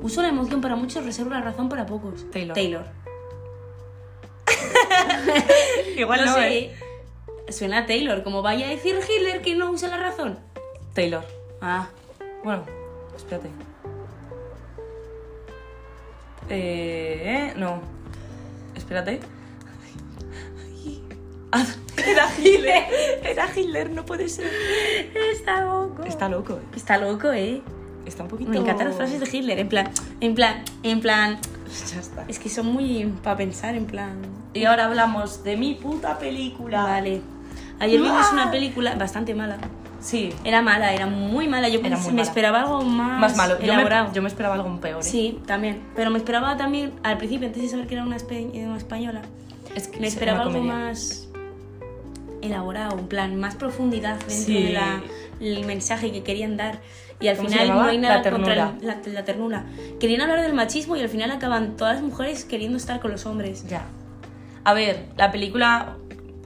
Speaker 2: Uso la emoción para muchos, reservo la razón para pocos.
Speaker 1: Taylor.
Speaker 2: Taylor.
Speaker 1: Igual no,
Speaker 2: sé,
Speaker 1: ¿eh?
Speaker 2: Suena a Taylor, como vaya a decir Hitler que no usa la razón.
Speaker 1: Taylor.
Speaker 2: Ah,
Speaker 1: Bueno, espérate. Eh, no. Espérate. Ay. Ah, Era Hitler.
Speaker 2: *laughs*
Speaker 1: Era Hitler, no puede ser.
Speaker 2: está loco.
Speaker 1: Está loco, ¿eh?
Speaker 2: Está loco, eh.
Speaker 1: Está un poquito...
Speaker 2: Me encantan las frases de Hitler, en plan, en plan, en plan.
Speaker 1: *laughs* Ya está.
Speaker 2: Es que son muy para pensar, en plan.
Speaker 1: Y ahora hablamos de mi puta película.
Speaker 2: Vale. Ayer vimos
Speaker 1: Ah.
Speaker 2: una película bastante mala.
Speaker 1: Sí,
Speaker 2: Era mala, era muy mala. Yo
Speaker 1: Era
Speaker 2: pensé-
Speaker 1: muy
Speaker 2: me
Speaker 1: mala.
Speaker 2: esperaba algo más,
Speaker 1: más malo. Yo
Speaker 2: Ah, elaborado.
Speaker 1: me, yo me esperaba algo peor. ¿eh?
Speaker 2: Sí, también. Pero me esperaba también, al principio, antes de saber que era una, espe- eh, una española,
Speaker 1: Es que
Speaker 2: me
Speaker 1: es
Speaker 2: esperaba
Speaker 1: una
Speaker 2: algo
Speaker 1: comedia.
Speaker 2: más elaborado, un plan, más profundidad dentro
Speaker 1: Sí.
Speaker 2: del mensaje que querían dar. Y al
Speaker 1: ¿Cómo
Speaker 2: final
Speaker 1: se
Speaker 2: no
Speaker 1: llamaba?
Speaker 2: hay nada
Speaker 1: La ternura.
Speaker 2: contra el- la, la ternura. Querían hablar del machismo y al final acaban todas las mujeres queriendo estar con los hombres.
Speaker 1: Ya. A ver, la película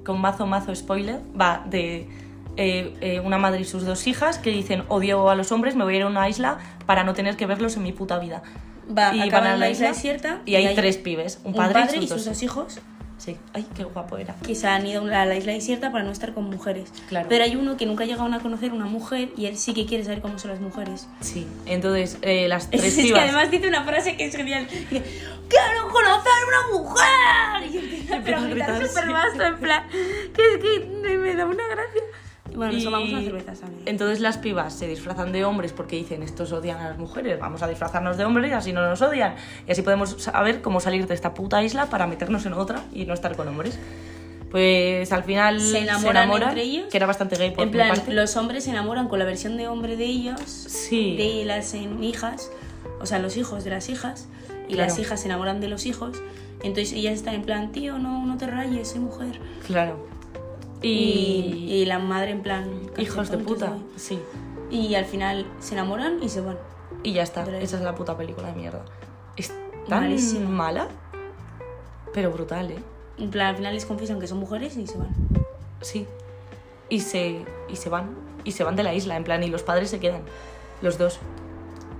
Speaker 1: con mazo mazo spoiler va de eh, eh, una madre y sus dos hijas que dicen odio a los hombres, me voy a ir a una isla para no tener que verlos en mi puta vida.
Speaker 2: Va,
Speaker 1: Y
Speaker 2: Ah, acaban
Speaker 1: van a
Speaker 2: en
Speaker 1: la
Speaker 2: la isla
Speaker 1: isla
Speaker 2: desierta
Speaker 1: Y, hay, tres pibes, un
Speaker 2: un
Speaker 1: padre, y
Speaker 2: y
Speaker 1: sus
Speaker 2: sus
Speaker 1: dos.
Speaker 2: dos hijos
Speaker 1: Sí. Ay, qué guapo era.
Speaker 2: que se han ido a la isla desierta para no estar con mujeres.
Speaker 1: Claro.
Speaker 2: Pero hay uno que nunca llegaron a conocer una mujer y él sí que quiere saber cómo son las mujeres.
Speaker 1: Sí. Entonces, eh,
Speaker 2: *laughs*
Speaker 1: las tres
Speaker 2: Es, que
Speaker 1: pibas
Speaker 2: además dice una frase que es genial. que, ¡Quiero conocer una mujer! Y empieza
Speaker 1: Empieza
Speaker 2: a
Speaker 1: a
Speaker 2: gritar
Speaker 1: gritar,
Speaker 2: súper
Speaker 1: sí.
Speaker 2: vasto, en plan... Que es que me, me da una gracia. Y bueno, nos
Speaker 1: Y-
Speaker 2: tomamos una cerveza también.
Speaker 1: Entonces las pibas se disfrazan de hombres porque dicen estos odian a las mujeres, vamos a disfrazarnos de hombres y así no nos odian. Y así podemos saber cómo salir de esta puta isla para meternos en otra y no estar con hombres. Pues al final
Speaker 2: Se enamoran entre ellos.
Speaker 1: que era bastante gay por
Speaker 2: En
Speaker 1: mi
Speaker 2: plan,
Speaker 1: parte.
Speaker 2: los hombres se enamoran con la versión de hombre de ellos,
Speaker 1: Sí.
Speaker 2: de las en- hijas. o sea, los hijos de las hijas, y
Speaker 1: Claro.
Speaker 2: las hijas se enamoran de los hijos, entonces ellas están en plan, tío, no, no te rayes, soy mujer.
Speaker 1: Claro.
Speaker 2: Y,
Speaker 1: Y,
Speaker 2: y la madre en plan,
Speaker 1: hijos de
Speaker 2: "Calcetontes,
Speaker 1: puta.
Speaker 2: güey".
Speaker 1: Sí.
Speaker 2: Y al final se enamoran y se van.
Speaker 1: Y ya está.
Speaker 2: Drake.
Speaker 1: Esa es la puta película de mierda. Es tan
Speaker 2: Malísima.
Speaker 1: mala, pero brutal, ¿eh?
Speaker 2: En plan, al final les confiesan que son mujeres y se van.
Speaker 1: Sí. Y se, y se van. Y se van de la isla, en plan, y los padres se quedan. Los dos.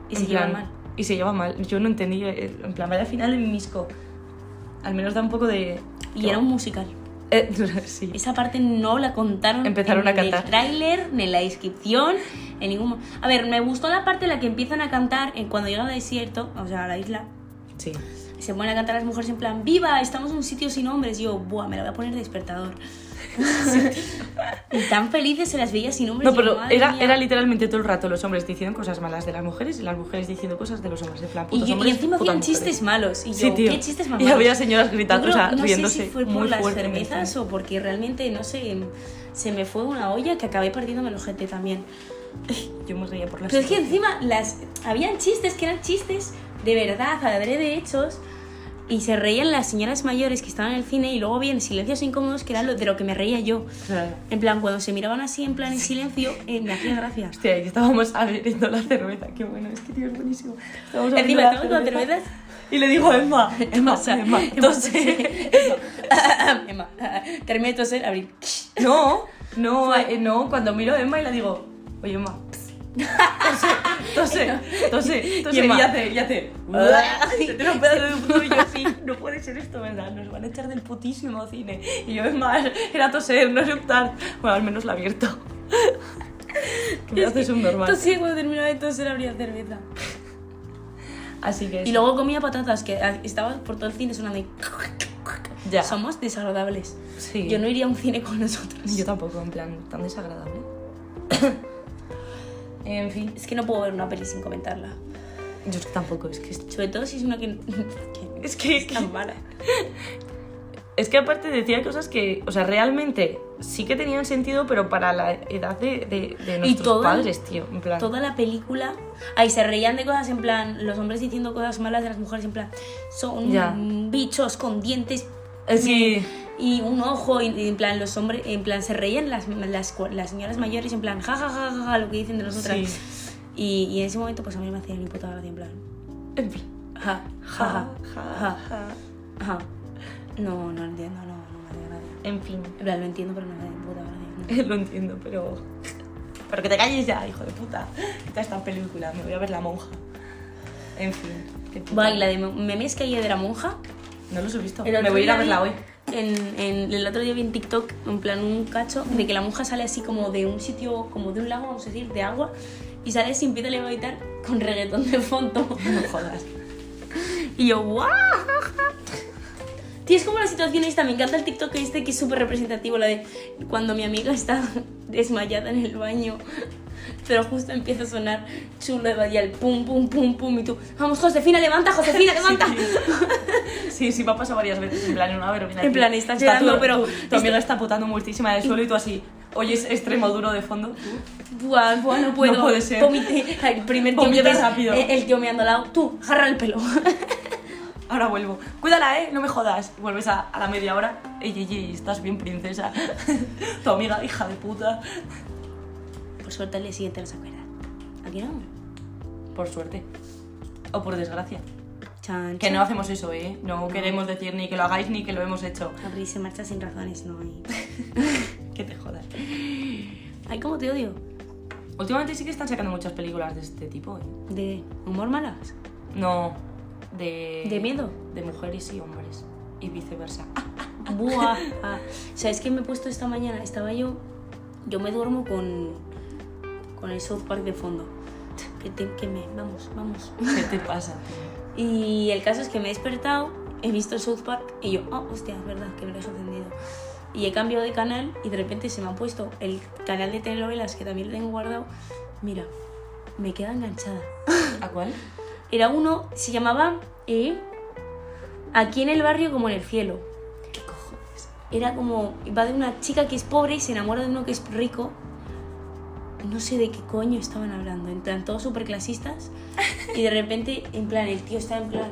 Speaker 2: Y
Speaker 1: En
Speaker 2: se llevan
Speaker 1: plan,
Speaker 2: mal.
Speaker 1: Y se llevan mal. Yo no entendí. eh, En plan, vaya final en Misco. Al menos da un poco de.
Speaker 2: Y era un musical.
Speaker 1: *laughs* Eh, sí.
Speaker 2: Esa parte no la contaron.
Speaker 1: Empezaron
Speaker 2: en
Speaker 1: a cantar.
Speaker 2: el tráiler, ni en la descripción, en ningún. mo- A ver, me gustó la parte en la que empiezan a cantar en cuando llegan al desierto, o sea, a la isla.
Speaker 1: Sí.
Speaker 2: Se ponen a cantar las mujeres en plan, ¡Viva! Estamos en un sitio sin hombres. Y yo, ¡buah! Me la voy a poner
Speaker 1: *laughs*
Speaker 2: de despertador. y tan felices se las veía sin hombres.
Speaker 1: No,
Speaker 2: y yo,
Speaker 1: pero
Speaker 2: "Madre
Speaker 1: era,
Speaker 2: mía".
Speaker 1: era literalmente todo el rato los hombres diciendo cosas malas de las mujeres y las mujeres diciendo cosas de los hombres. En plan,
Speaker 2: Y,
Speaker 1: putos
Speaker 2: yo- y
Speaker 1: hombres,
Speaker 2: encima
Speaker 1: putas
Speaker 2: hacían
Speaker 1: mujeres.
Speaker 2: chistes malos. Y yo,
Speaker 1: Sí, tío.
Speaker 2: ¿qué chistes más
Speaker 1: Y
Speaker 2: malos?".
Speaker 1: había señoras
Speaker 2: Yo
Speaker 1: gritando, o sea,
Speaker 2: no
Speaker 1: riéndose.
Speaker 2: Sé si fue
Speaker 1: muy
Speaker 2: por las
Speaker 1: fuertemente.
Speaker 2: cervezas o porque realmente, no sé, se me fue una olla que acabé partiéndome el ojete también.
Speaker 1: Yo me reía por las
Speaker 2: Pero es que encima las habían chistes que eran chistes de verdad, adrede hechos. Y se reían las señoras mayores que estaban en el cine y luego habían silencios incómodos que era lo de lo que me reía yo.
Speaker 1: Claro.
Speaker 2: En plan, cuando se miraban así en plan en silencio, eh, me hacía gracia.
Speaker 1: Hostia, y estábamos abriendo la cerveza. Qué bueno, es que tío, es buenísimo. Estábamos abriendo
Speaker 2: Encima, estamos con cervezas.
Speaker 1: Y le digo,
Speaker 2: *laughs*
Speaker 1: Emma, *laughs* Emma,
Speaker 2: O sea,
Speaker 1: Emma, entonces...
Speaker 2: Emma, Emma, *laughs* terminé de toser, abrí.
Speaker 1: *laughs* No, no, eh, no, cuando miro a Emma y le digo, oye, Emma, pss". tose,
Speaker 2: *laughs*
Speaker 1: tose, tose, tose,
Speaker 2: Emma.
Speaker 1: y hace, y hace...
Speaker 2: Ay.
Speaker 1: Se tiene un pedazo de culo y yo,
Speaker 2: *laughs*
Speaker 1: sí, no puede ser esto, ¿verdad? Nos van a echar del putísimo cine. Y yo, Emma, era toser, no eructar. Bueno, al menos la abierto. *laughs* Que me haces un normal.
Speaker 2: Entonces, cuando terminaba de toser, abría cerveza.
Speaker 1: Así que...
Speaker 2: Y
Speaker 1: sí.
Speaker 2: luego comía patatas, que ah, estaba por todo el cine sonando y...
Speaker 1: Ya.
Speaker 2: Somos desagradables.
Speaker 1: Sí.
Speaker 2: Yo no iría a un cine con nosotros.
Speaker 1: Yo tampoco, en plan, tan desagradable. en fin,
Speaker 2: Es que no puedo ver una peli sin comentarla.
Speaker 1: yo es que tampoco, es que... es-
Speaker 2: Sobre todo si es una que... *laughs* que
Speaker 1: Es que,
Speaker 2: es tan mala.
Speaker 1: es que aparte decía cosas que, o sea, realmente sí que tenían sentido, pero para la edad de, de, de nuestros
Speaker 2: todo-
Speaker 1: padres, tío. En plan,
Speaker 2: Toda la película... Ahí se reían de cosas en plan... Los hombres diciendo cosas malas de las mujeres en plan... Son
Speaker 1: Ya.
Speaker 2: bichos con dientes
Speaker 1: Eh, *laughs* sí,
Speaker 2: y un ojo y, y en plan los hombres en plan se reían las, las, cua- las señoras mayores en plan ja ja ja ja, ja, lo que dicen de nosotras
Speaker 1: Sí.
Speaker 2: y, y en ese momento pues a mí me hacía ni puta gracia en plan
Speaker 1: en plan,
Speaker 2: ja ja
Speaker 1: ja,
Speaker 2: ja
Speaker 1: ja,
Speaker 2: ja,
Speaker 1: ja.
Speaker 2: ja. no no lo entiendo no no me hace gracia
Speaker 1: En fin, *laughs*
Speaker 2: en plan lo entiendo pero no me hace ni puta gracia no.
Speaker 1: lo entiendo, pero... Pero que te calles ya, hijo de puta. Quita esta película, me voy a ver La Monja. En fin. qué puta.
Speaker 2: Va, y la de me- memes que hay de la monja
Speaker 1: No los he visto.
Speaker 2: El otro
Speaker 1: Me voy a ir a
Speaker 2: día
Speaker 1: verla
Speaker 2: vi-
Speaker 1: hoy.
Speaker 2: En, en- el otro día vi en TikTok, en plan un cacho, de que la monja sale así como de un sitio, como de un lago, vamos a decir, de agua, y sale sin pita levitar con reggaetón de fondo. *laughs*
Speaker 1: No jodas.
Speaker 2: Y yo, ¡guau! Tío, es como la situación esta, me encanta el TikTok este que es súper representativo, la de cuando mi amiga está *laughs* desmayada en el baño, pero justo empieza a sonar chulo de Badial, pum, pum, pum, pum, y tú, vamos, Josefina,
Speaker 1: *laughs*
Speaker 2: levanta, Josefina, levanta.
Speaker 1: Sí, sí, me ha pasado varias veces. En plan, en una verbena.
Speaker 2: En
Speaker 1: tío,
Speaker 2: plan, estás
Speaker 1: está tu-
Speaker 2: llorando, pero-
Speaker 1: Tu, tu amiga está putando muertísima del suelo y tú así. Oyes extremo duro de fondo. tú.
Speaker 2: Buah, buah, no puedo.
Speaker 1: No puede ser.
Speaker 2: Vomité. Ay, El primer tío
Speaker 1: Vomita
Speaker 2: que-
Speaker 1: rápido.
Speaker 2: eh, El tío me anda al lado. Tú, agarra
Speaker 1: *laughs*
Speaker 2: el pelo.
Speaker 1: Ahora vuelvo. Cuídala, ¿eh? No me jodas. Vuelves a, a la media hora. Ey, ey, ey, estás bien, princesa. *laughs* tu amiga, hija de puta.
Speaker 2: Por suerte al día siguiente no se acuerda. Aquí no.
Speaker 1: Por suerte. O por desgracia.
Speaker 2: Chan,
Speaker 1: Que
Speaker 2: chan.
Speaker 1: no hacemos eso, ¿eh? No queremos decir ni que lo hagáis ni que lo hemos hecho.
Speaker 2: Abril se marcha sin razones, no hay.
Speaker 1: Que te jodas.
Speaker 2: Ay, cómo te odio.
Speaker 1: Últimamente sí que están sacando muchas películas de este tipo, ¿eh?
Speaker 2: De humor malas.
Speaker 1: No, de...
Speaker 2: De miedo.
Speaker 1: De mujeres y hombres. Y viceversa. *laughs*
Speaker 2: Buah. Ah, ¿Sabes qué me he puesto esta mañana? Estaba yo. Yo me duermo con. Con el South Park de fondo. Que, te- que me. Vamos, vamos.
Speaker 1: ¿Qué te pasa?
Speaker 2: Y el caso es que me he despertado, he visto South Park y yo, oh, hostia, es verdad que me lo he encendido. Y he cambiado de canal y de repente se me ha puesto el canal de telenovelas que también lo tengo guardado. Mira, me queda enganchada.
Speaker 1: ¿A cuál?
Speaker 2: Era uno, se llamaba eh, Aquí en el barrio como en el cielo.
Speaker 1: ¿Qué cojones?
Speaker 2: Era como, va de una chica que es pobre y se enamora de uno que es rico. no sé de qué coño estaban hablando, en plan, todos
Speaker 1: *laughs*
Speaker 2: súper clasistas. Y de repente, en plan, el tío está en plan,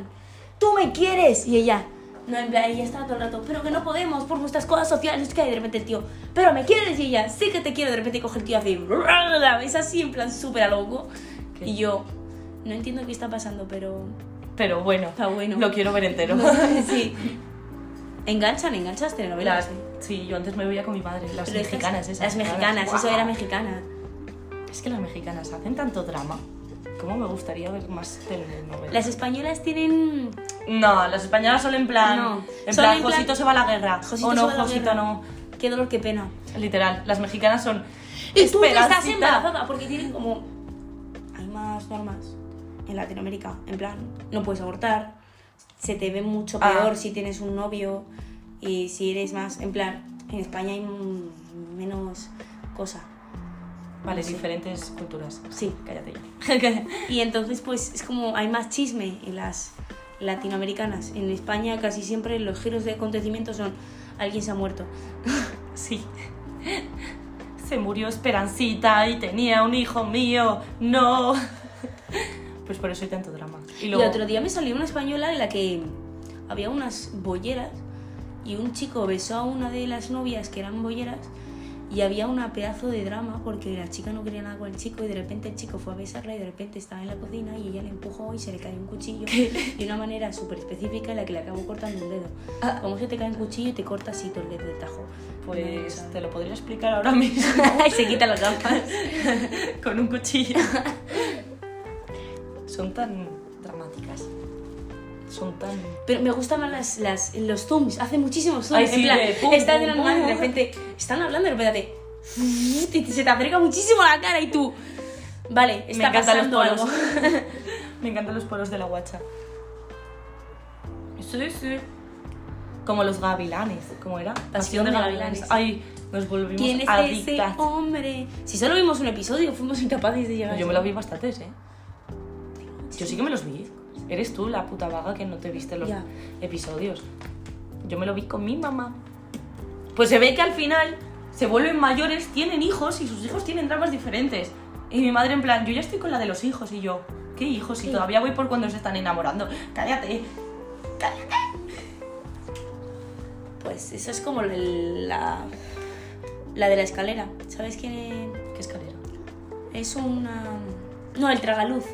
Speaker 2: ¡tú me quieres! Y ella, no, en plan, ella estaba todo el rato, pero que no podemos por nuestras cosas sociales. que de repente el tío, ¡pero me quieres! Y ella, sí que te quiero. De repente coge el tío así, la ves así, en plan, súper a loco.
Speaker 1: ¿Qué?
Speaker 2: Y yo, no entiendo qué está pasando, pero
Speaker 1: Pero bueno,
Speaker 2: está bueno.
Speaker 1: lo quiero ver entero.
Speaker 2: *laughs*
Speaker 1: *laughs*
Speaker 2: sí. Enganchan, enganchas telenovelas.
Speaker 1: Las-
Speaker 2: ¿eh?
Speaker 1: sí, yo antes me veía con mi madre. Las
Speaker 2: Pero estas-
Speaker 1: mexicanas, esas.
Speaker 2: Las mexicanas,
Speaker 1: ¡guau!
Speaker 2: eso era mexicana.
Speaker 1: Es que las mexicanas hacen tanto drama. ¿Cómo me gustaría ver más telenovelas?
Speaker 2: Las españolas tienen.
Speaker 1: No, las españolas son en plan.
Speaker 2: No,
Speaker 1: en
Speaker 2: son
Speaker 1: plan,
Speaker 2: en plan-
Speaker 1: Josito se va a la guerra.
Speaker 2: Josito
Speaker 1: o no,
Speaker 2: se va a la
Speaker 1: Josito
Speaker 2: guerra.
Speaker 1: no.
Speaker 2: Qué dolor, qué pena.
Speaker 1: Literal, las mexicanas son.
Speaker 2: Y tú que estás
Speaker 1: Esperancita.
Speaker 2: embarazada porque tienen como. Hay más normas en Latinoamérica. En plan, no puedes abortar. Se te ve mucho
Speaker 1: Ah.
Speaker 2: peor si tienes un novio y si eres más. En plan, en España hay mm, menos cosa.
Speaker 1: Vale,
Speaker 2: Sí.
Speaker 1: diferentes culturas.
Speaker 2: Sí.
Speaker 1: Cállate ya.
Speaker 2: *laughs* Y entonces, pues es como hay más chisme en las latinoamericanas. En España casi siempre los giros de acontecimientos son alguien se ha muerto.
Speaker 1: Sí. Se murió Esperancita y tenía un hijo mío. No. Pues por eso hay tanto drama. Y
Speaker 2: Y,
Speaker 1: luego.
Speaker 2: otro día me salió una española en la que había unas bolleras y un chico besó a una de las novias que eran bolleras y había una pedazo de drama porque la chica no quería nada con el chico y de repente el chico fue a besarla y de repente estaba en la cocina y ella le empujó y se le cayó un cuchillo de una manera súper específica en la que le acabó cortando un dedo.
Speaker 1: Ah.
Speaker 2: Como se te cae un cuchillo y te corta así todo el dedo de tajo.
Speaker 1: Pues te lo podría explicar ahora mismo *laughs*
Speaker 2: *laughs* Y se quita las gafas.
Speaker 1: con un cuchillo. Son tan dramáticas. Son tan.
Speaker 2: Pero me gustan más las, las- los zooms, hace muchísimos zooms.
Speaker 1: Ay,
Speaker 2: en
Speaker 1: sí,
Speaker 2: plan,
Speaker 1: de pum,
Speaker 2: estás
Speaker 1: pum,
Speaker 2: en la normal y de
Speaker 1: pum.
Speaker 2: repente están hablando y de repente hace *laughs* y se te acerca muchísimo la cara y tú. Vale,
Speaker 1: Me
Speaker 2: está
Speaker 1: encantan
Speaker 2: pasando
Speaker 1: los
Speaker 2: algo.
Speaker 1: *laughs* poros. Me encantan los poros de la guacha. Sí, sí. Como los gavilanes, ¿cómo era? Pasión,
Speaker 2: de gavilanes.
Speaker 1: Ay, nos volvimos
Speaker 2: ¿Quién es ese
Speaker 1: adictas.
Speaker 2: hombre? Si solo vimos un episodio, fuimos incapaces de llegar.
Speaker 1: Yo
Speaker 2: a
Speaker 1: me
Speaker 2: eso.
Speaker 1: los vi bastantes, ¿eh? Yo sí que me los vi. Eres tú la puta vaga que no te viste los
Speaker 2: Ya.
Speaker 1: episodios. Yo me lo vi con mi mamá. Pues se ve que al final se vuelven mayores, tienen hijos y sus hijos tienen dramas diferentes. Y mi madre en plan, yo ya estoy con la de los hijos y yo, ¿qué hijos? Y
Speaker 2: Sí.
Speaker 1: todavía voy por cuando se están enamorando. Cállate.
Speaker 2: Pues eso es como el- la, la de la escalera. ¿Sabes quién
Speaker 1: ¿Qué escalera?
Speaker 2: es? Es una. No, el tragaluz.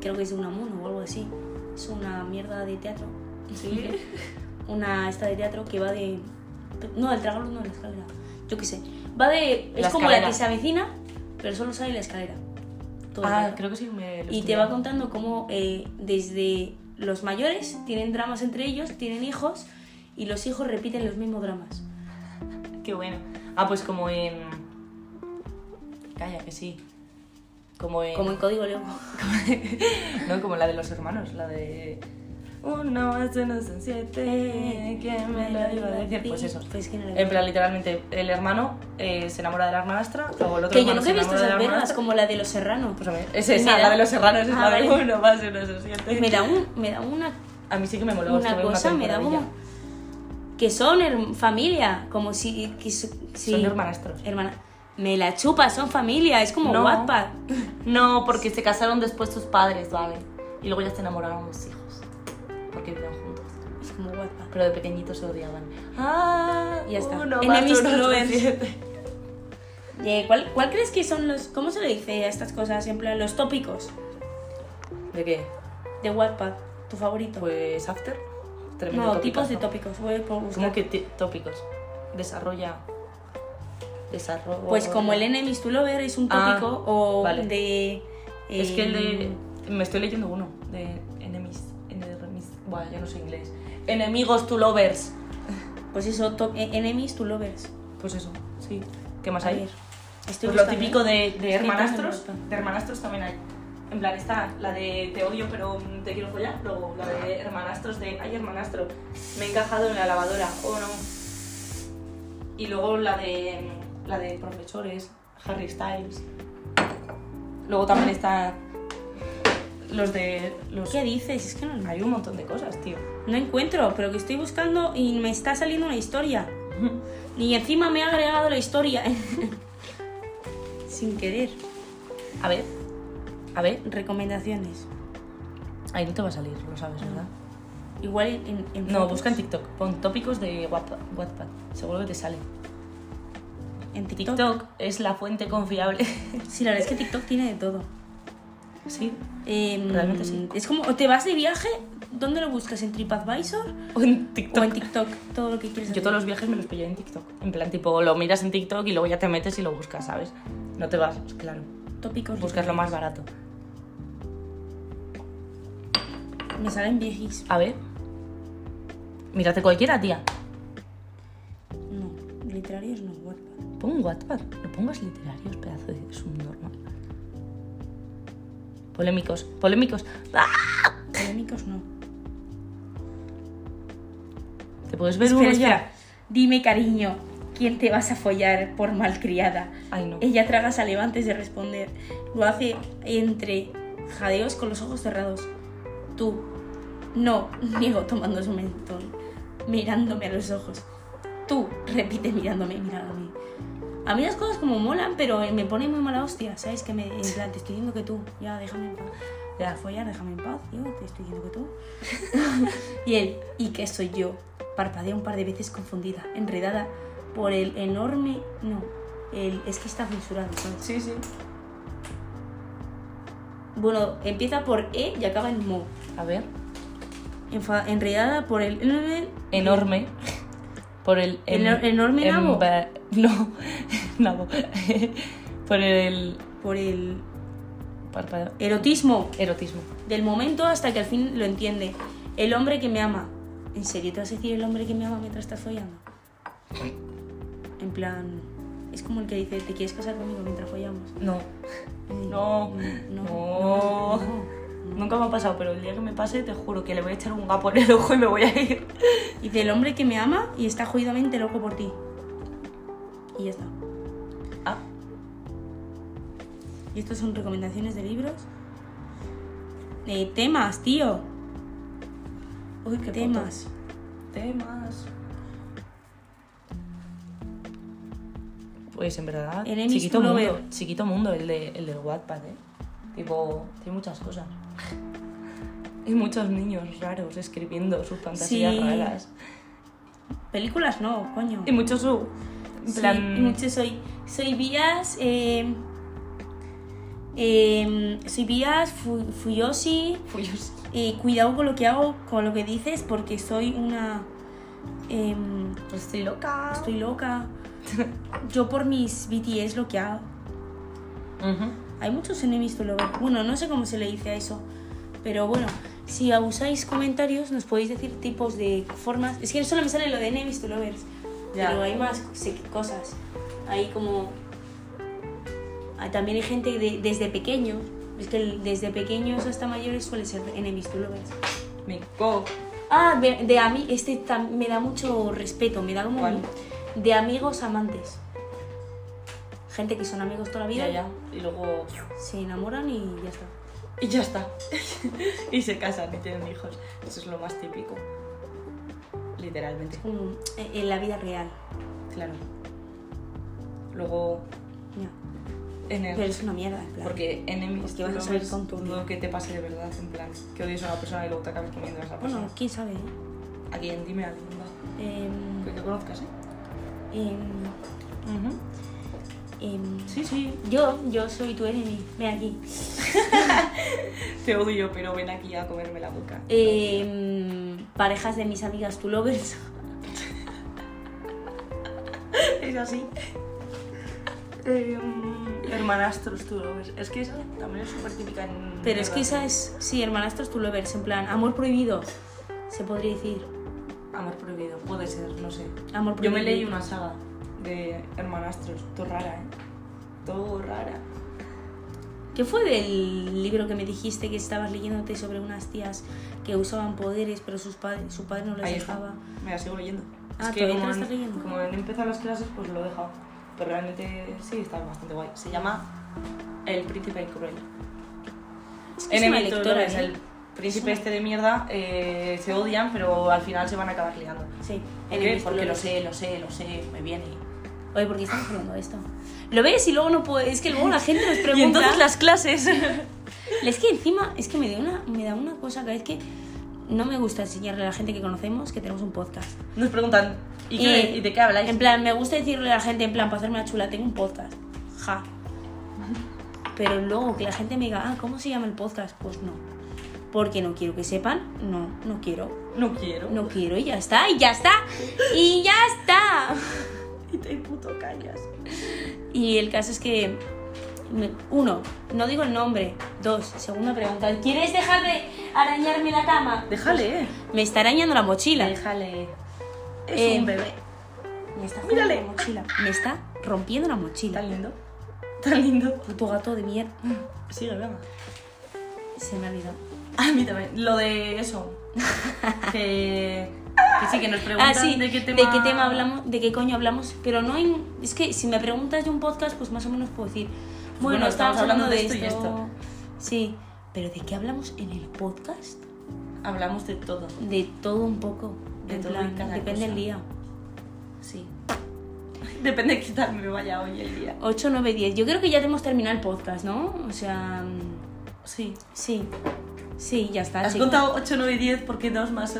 Speaker 2: Creo que es de un amuno o algo así. Es una mierda de teatro.
Speaker 1: *laughs* Sí.
Speaker 2: una esta de teatro que va de. No, el tragaluz no, la escalera. Yo qué sé. Va de. Es
Speaker 1: La
Speaker 2: como
Speaker 1: escalera.
Speaker 2: la que se avecina, pero solo sale la escalera. Todo el
Speaker 1: ah,
Speaker 2: rato.
Speaker 1: creo que sí me lo
Speaker 2: Y te va
Speaker 1: estudiaron.
Speaker 2: contando cómo eh, desde los mayores tienen dramas entre ellos, tienen hijos y los hijos repiten los mismos dramas.
Speaker 1: Qué bueno. Ah, pues como en. Calla, que sí. Como en.
Speaker 2: Como en código Lego.
Speaker 1: No, como la de los hermanos, la de. Uno más uno son siete, ¿quién *laughs* me lo iba a decir? Pues eso.
Speaker 2: Pues que no lo
Speaker 1: En plan, literalmente, el hermano eh, se enamora de la hermanastra, luego el otro
Speaker 2: Que yo
Speaker 1: hermano
Speaker 2: nunca he
Speaker 1: se enamora
Speaker 2: visto esas
Speaker 1: de la
Speaker 2: vergas,
Speaker 1: hermanastra.
Speaker 2: como la de los serranos.
Speaker 1: Pues a mí, es
Speaker 2: Me
Speaker 1: esa,
Speaker 2: da-
Speaker 1: la de los serranos, es
Speaker 2: Ah,
Speaker 1: la de
Speaker 2: vale.
Speaker 1: uno más uno son siete.
Speaker 2: Me da, un, me da una
Speaker 1: A mí sí que me moló.
Speaker 2: una
Speaker 1: estuve
Speaker 2: cosa me da
Speaker 1: temporadilla.
Speaker 2: como que son herm- familia como si, que su- si-
Speaker 1: Son hermanastros.
Speaker 2: hermana me la chupa son familia es como
Speaker 1: No.
Speaker 2: Wattpad
Speaker 1: No, porque se casaron después sus padres, ¿vale? Y luego ya se enamoraron los hijos. Porque vivían juntos.
Speaker 2: es como Wattpad
Speaker 1: Pero de pequeñitos se odiaban. ¡Ah!
Speaker 2: Ya está.
Speaker 1: Uno más
Speaker 2: Enemies
Speaker 1: uno
Speaker 2: to
Speaker 1: son
Speaker 2: lovers.
Speaker 1: siete.
Speaker 2: Eh, ¿cuál, cuál crees que son los cómo se le dice a estas cosas en plan los tópicos
Speaker 1: ¿De qué?
Speaker 2: de Wattpad tu favorito
Speaker 1: Pues After. Tremendo
Speaker 2: no
Speaker 1: topicazo.
Speaker 2: tipos de tópicos voy por buscar.
Speaker 1: ¿Cómo que ti- tópicos? Desarrolla. Desarrollo.
Speaker 2: pues como el enemies to lover es un
Speaker 1: Ah,
Speaker 2: tópico o
Speaker 1: vale.
Speaker 2: de
Speaker 1: Es que el
Speaker 2: em,
Speaker 1: de. Me estoy leyendo uno. De enemies. Enemies. Buah, yo no sé inglés. Enemigos to lovers.
Speaker 2: pues eso to- e- enemies to lovers
Speaker 1: Pues eso, sí. ¿Qué más
Speaker 2: A
Speaker 1: hay?
Speaker 2: ver, estoy
Speaker 1: Pues lo
Speaker 2: buscando,
Speaker 1: típico
Speaker 2: ¿eh?
Speaker 1: de, de
Speaker 2: Estoy
Speaker 1: hermanastros.
Speaker 2: buscando.
Speaker 1: De hermanastros también hay. En plan, está la de te odio pero mm, te quiero follar. Luego la de hermanastros de ay hermanastro, me he encajado en la lavadora. Oh no. Y luego la de mm, la de profesores, Harry Styles. Luego también está los de los
Speaker 2: ¿Qué dices? Es que no,
Speaker 1: hay un montón de cosas, tío.
Speaker 2: no encuentro, pero que estoy buscando y me está saliendo una historia. Y encima me ha agregado la historia. *laughs* sin querer.
Speaker 1: A ver, a ver,
Speaker 2: Recomendaciones.
Speaker 1: ahí no te va a salir, lo sabes, ¿verdad?
Speaker 2: Igual en, en- en
Speaker 1: No,
Speaker 2: fotos,
Speaker 1: busca en TikTok, pon tópicos de Wattpad, Wattpad, seguro que te sale.
Speaker 2: en TikTok.
Speaker 1: TikTok es la fuente confiable. *laughs*
Speaker 2: Sí, la verdad es que TikTok tiene de todo.
Speaker 1: sí.
Speaker 2: Em,
Speaker 1: Realmente sí.
Speaker 2: Es como, o te vas de viaje, ¿dónde lo buscas? ¿En TripAdvisor
Speaker 1: O en TikTok.
Speaker 2: o en TikTok? Todo lo que quieres
Speaker 1: Yo
Speaker 2: hacer.
Speaker 1: todos los viajes me los pillo en TikTok. En plan, tipo, lo miras en TikTok y luego ya te metes y lo buscas, ¿sabes? No te vas, pues claro.
Speaker 2: tópicos.
Speaker 1: Buscas lo más barato.
Speaker 2: Me salen viejis.
Speaker 1: A ver. Mírate cualquiera, tía.
Speaker 2: No, literarios no, Wattpad.
Speaker 1: Pon un Wattpad. No pongas literarios, pedazo de subnormal. Polémicos, polémicos. ¡Ah!
Speaker 2: Polémicos no.
Speaker 1: ¿Te puedes ver
Speaker 2: Espera,
Speaker 1: uno ya?
Speaker 2: espera. Dime, cariño, ¿quién te vas a follar por malcriada?
Speaker 1: Ay, no.
Speaker 2: Ella traga saliva antes de responder. Lo hace entre jadeos con los ojos cerrados. Tú. No, *laughs* niego tomando su mentón, mirándome a los ojos. Tú, repite mirándome, mirándome. A mí las cosas como molan, pero me pone muy mala hostia, ¿sabes? Que me, en plan, te estoy diciendo que tú, ya, déjame en paz. Te vas a follar, déjame en paz, yo te estoy diciendo que tú. Y él, ¿y qué soy yo? Parpadea un par de veces confundida, enredada por el enorme... No, el... es que está censurado, ¿sabes?
Speaker 1: Sí, sí.
Speaker 2: Bueno, empieza por E y acaba en Mo.
Speaker 1: A ver.
Speaker 2: Enfa- Enredada por el...
Speaker 1: Enorme. Por el...
Speaker 2: El
Speaker 1: em-
Speaker 2: enorme nabo.
Speaker 1: emba- No. *laughs* nabo. Por el...
Speaker 2: Por el
Speaker 1: Parpadeo.
Speaker 2: erotismo
Speaker 1: Erotismo.
Speaker 2: del momento hasta que al fin lo entiende. El hombre que me ama. ¿En serio te vas a decir el hombre que me ama mientras estás follando? En plan... Es como el que dice, ¿te quieres casar conmigo mientras follamos?
Speaker 1: No. No. No. Nunca me ha pasado, pero el día que me pase te juro que le voy a echar un gapo en el ojo y me voy a ir. *laughs*
Speaker 2: Y del hombre que me ama y está jodidamente loco por ti. Y ya está.
Speaker 1: Ah,
Speaker 2: Y estas son recomendaciones de libros. Eh, temas, tío.
Speaker 1: uy, qué
Speaker 2: temas.
Speaker 1: puto. Temas. Pues en verdad,
Speaker 2: Enemies
Speaker 1: chiquito
Speaker 2: to
Speaker 1: mundo,
Speaker 2: lovers.
Speaker 1: chiquito mundo el, de, el del Wattpad, ¿eh? Tipo, tiene muchas cosas. *laughs* Y muchos niños raros escribiendo sus fantasías
Speaker 2: Sí.
Speaker 1: raras.
Speaker 2: Películas no, coño.
Speaker 1: Y mucho su... En
Speaker 2: Sí,
Speaker 1: plan...
Speaker 2: y mucho soy. Soy Vías. eh, eh, soy Vías, fu- Fuyoshi.
Speaker 1: Uy, yo sí.
Speaker 2: eh, cuidado con lo que hago, con lo que dices, porque soy una. em,
Speaker 1: Estoy loca.
Speaker 2: estoy loca. Yo por mis BTS lo que hago.
Speaker 1: Ujú.
Speaker 2: Hay muchos enemies to lovers. Bueno, no sé cómo se le dice a eso. Pero bueno, si abusáis comentarios, nos podéis decir tipos de formas. Es que solo me sale lo de enemies to lovers.
Speaker 1: Ya.
Speaker 2: Pero hay más se- cosas. Hay como. ah, También hay gente de- desde pequeños. Es que el- desde pequeños hasta mayores suele ser enemies to lovers.
Speaker 1: Mi co.
Speaker 2: Ah, de, de a mí, este tam- me da mucho respeto. Me da como.
Speaker 1: ¿Cuál?
Speaker 2: De amigos amantes. Gente que son amigos toda la vida.
Speaker 1: Ya, ya. Y luego...
Speaker 2: Se enamoran y ya está.
Speaker 1: Y ya está. *laughs* y se casan y tienen hijos. Eso es lo más típico. Literalmente,
Speaker 2: como en en la vida real.
Speaker 1: claro. Luego,
Speaker 2: Ya.
Speaker 1: en
Speaker 2: Pero
Speaker 1: el...
Speaker 2: es una mierda, en plan.
Speaker 1: Porque enemies
Speaker 2: Porque vas a
Speaker 1: to
Speaker 2: salir
Speaker 1: lovers,
Speaker 2: con tu
Speaker 1: dudo
Speaker 2: vida.
Speaker 1: que te pase de verdad, en plan, que odies a una persona y luego te acabes comiendo a esa persona.
Speaker 2: Bueno, quién sabe. ¿eh?
Speaker 1: ¿A quién? Dime a alguien, va.
Speaker 2: Em,
Speaker 1: Que te conozcas, ¿eh?
Speaker 2: em, em,
Speaker 1: Sí, sí.
Speaker 2: Yo, yo soy tu enemy. Ven aquí.
Speaker 1: *laughs* Te odio, pero ven aquí a comerme la boca.
Speaker 2: Eh, Em, parejas de mis amigas, tu lovers.
Speaker 1: Es así. Em, hermanastros, tú lo ves. Es que esa también es súper típica en...
Speaker 2: Pero es que
Speaker 1: relaciones.
Speaker 2: esa es, sí, hermanastros, tu lovers. En plan, amor prohibido, se podría decir.
Speaker 1: Amor prohibido, puede ser, no sé.
Speaker 2: Amor
Speaker 1: Yo me
Speaker 2: prohibido.
Speaker 1: leí una saga de hermanastros, todo rara, ¿eh? Todo rara.
Speaker 2: ¿Qué fue del libro que me dijiste que estabas leyéndote sobre unas tías que usaban poderes, pero sus padres, su padre no les
Speaker 1: Ahí está.
Speaker 2: dejaba?
Speaker 1: Me la sigo leyendo.
Speaker 2: Ah, ¿todavía te
Speaker 1: como
Speaker 2: la estás
Speaker 1: han-
Speaker 2: leyendo?
Speaker 1: Como han empezado las clases, pues lo he dejado. Pero realmente sí, está bastante guay. Se llama El Príncipe Cruel.
Speaker 2: Es que es una
Speaker 1: Enemy to
Speaker 2: lectora,
Speaker 1: lovers,
Speaker 2: ¿eh?
Speaker 1: el príncipe este de mierda, eh, se odian, pero al final se van a acabar liando.
Speaker 2: Sí,
Speaker 1: ¿Por qué? Porque lo sé, lo sé, lo sé, me viene.
Speaker 2: Oye, ¿por qué estamos hablando de esto? Lo ves y luego no puedes. Es que luego la gente nos
Speaker 1: *laughs*
Speaker 2: pregunta.
Speaker 1: Y entonces las clases.
Speaker 2: Es que encima, es que me da una, me da una cosa que es que no me gusta enseñarle a la gente que conocemos que tenemos un podcast.
Speaker 1: *laughs* Nos preguntan, ¿y, qué- y de qué habláis?
Speaker 2: En plan, me gusta decirle a la gente, en plan, para hacerme la chula, tengo un podcast. Ja. Pero luego que la gente me diga, ah, ¿cómo se llama el podcast? Pues no. Porque no quiero que sepan, no, no quiero.
Speaker 1: no quiero.
Speaker 2: No quiero y ya está, y ya está, y ya está.
Speaker 1: Y te puto callas.
Speaker 2: Y el caso es que, me- uno, no digo el nombre. Dos, segunda pregunta, ¿quieres dejar de arañarme la cama?
Speaker 1: Déjale, eh.
Speaker 2: Me está arañando la mochila.
Speaker 1: Déjale. Es
Speaker 2: Eh,
Speaker 1: un bebé.
Speaker 2: Me está
Speaker 1: Mírale.
Speaker 2: jodiendo la mochila. Me está rompiendo la mochila.
Speaker 1: Tan lindo. Tan lindo.
Speaker 2: Puto gato de mierda.
Speaker 1: Sigue, venga.
Speaker 2: Se me ha olvidado.
Speaker 1: A mí también. Lo de *laughs* eso. que... que sí, que nos preguntan
Speaker 2: Ah, sí,
Speaker 1: de qué tema...
Speaker 2: hablamos, de qué coño hablamos, pero no en... Es que si me preguntas de un podcast, pues más o menos puedo decir, bueno,
Speaker 1: bueno,
Speaker 2: estamos, hablando, de esto,
Speaker 1: y esto.
Speaker 2: Sí, pero ¿de qué hablamos en el podcast?
Speaker 1: Hablamos de todo.
Speaker 2: De todo un poco,
Speaker 1: De
Speaker 2: en
Speaker 1: todo y
Speaker 2: plan,
Speaker 1: cada
Speaker 2: depende
Speaker 1: cosa.
Speaker 2: del día.
Speaker 1: Sí. Depende de qué tal me vaya hoy el día.
Speaker 2: 8, 9, 10. Yo creo que ya hemos terminado el podcast, ¿no? O sea, mm,
Speaker 1: Sí.
Speaker 2: sí, sí, ya está.
Speaker 1: Has
Speaker 2: chicos.
Speaker 1: contado 8, 9 y 10 porque 2 *laughs* más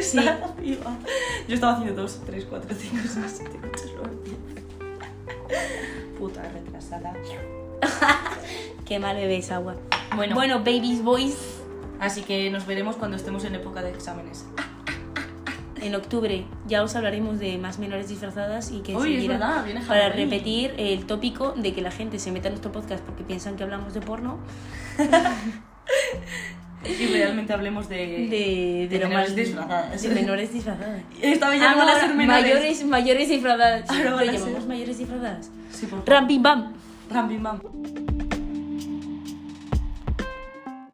Speaker 2: Sí.
Speaker 1: está viva. Yo estaba haciendo 2, 3, 4, 5, 6, 7, 8, 9, 10. Puta retrasada.
Speaker 2: Qué mal bebés agua.
Speaker 1: Bueno.
Speaker 2: bueno, babies, boys,
Speaker 1: Así que nos veremos cuando estemos en época de exámenes.
Speaker 2: en octubre ya os hablaremos de más menores disfrazadas y que
Speaker 1: Uy, es
Speaker 2: seguirá
Speaker 1: verdad, viene
Speaker 2: para
Speaker 1: Halloween.
Speaker 2: repetir el tópico de que la gente se meta en nuestro podcast porque piensan que hablamos de porno,
Speaker 1: Y realmente hablemos de.
Speaker 2: de, de,
Speaker 1: de
Speaker 2: lo
Speaker 1: menores
Speaker 2: más-
Speaker 1: disfrazadas.
Speaker 2: de menores disfrazadas.
Speaker 1: Esta vez *laughs* ya no van a
Speaker 2: Ahora,
Speaker 1: ser menores.
Speaker 2: mayores, mayores disfrazadas.
Speaker 1: Ahora
Speaker 2: Lo
Speaker 1: van a
Speaker 2: llamamos
Speaker 1: ser.
Speaker 2: mayores disfrazadas.
Speaker 1: Sí, por favor.
Speaker 2: Ram, pim, pam.
Speaker 1: Ram, bim, bam.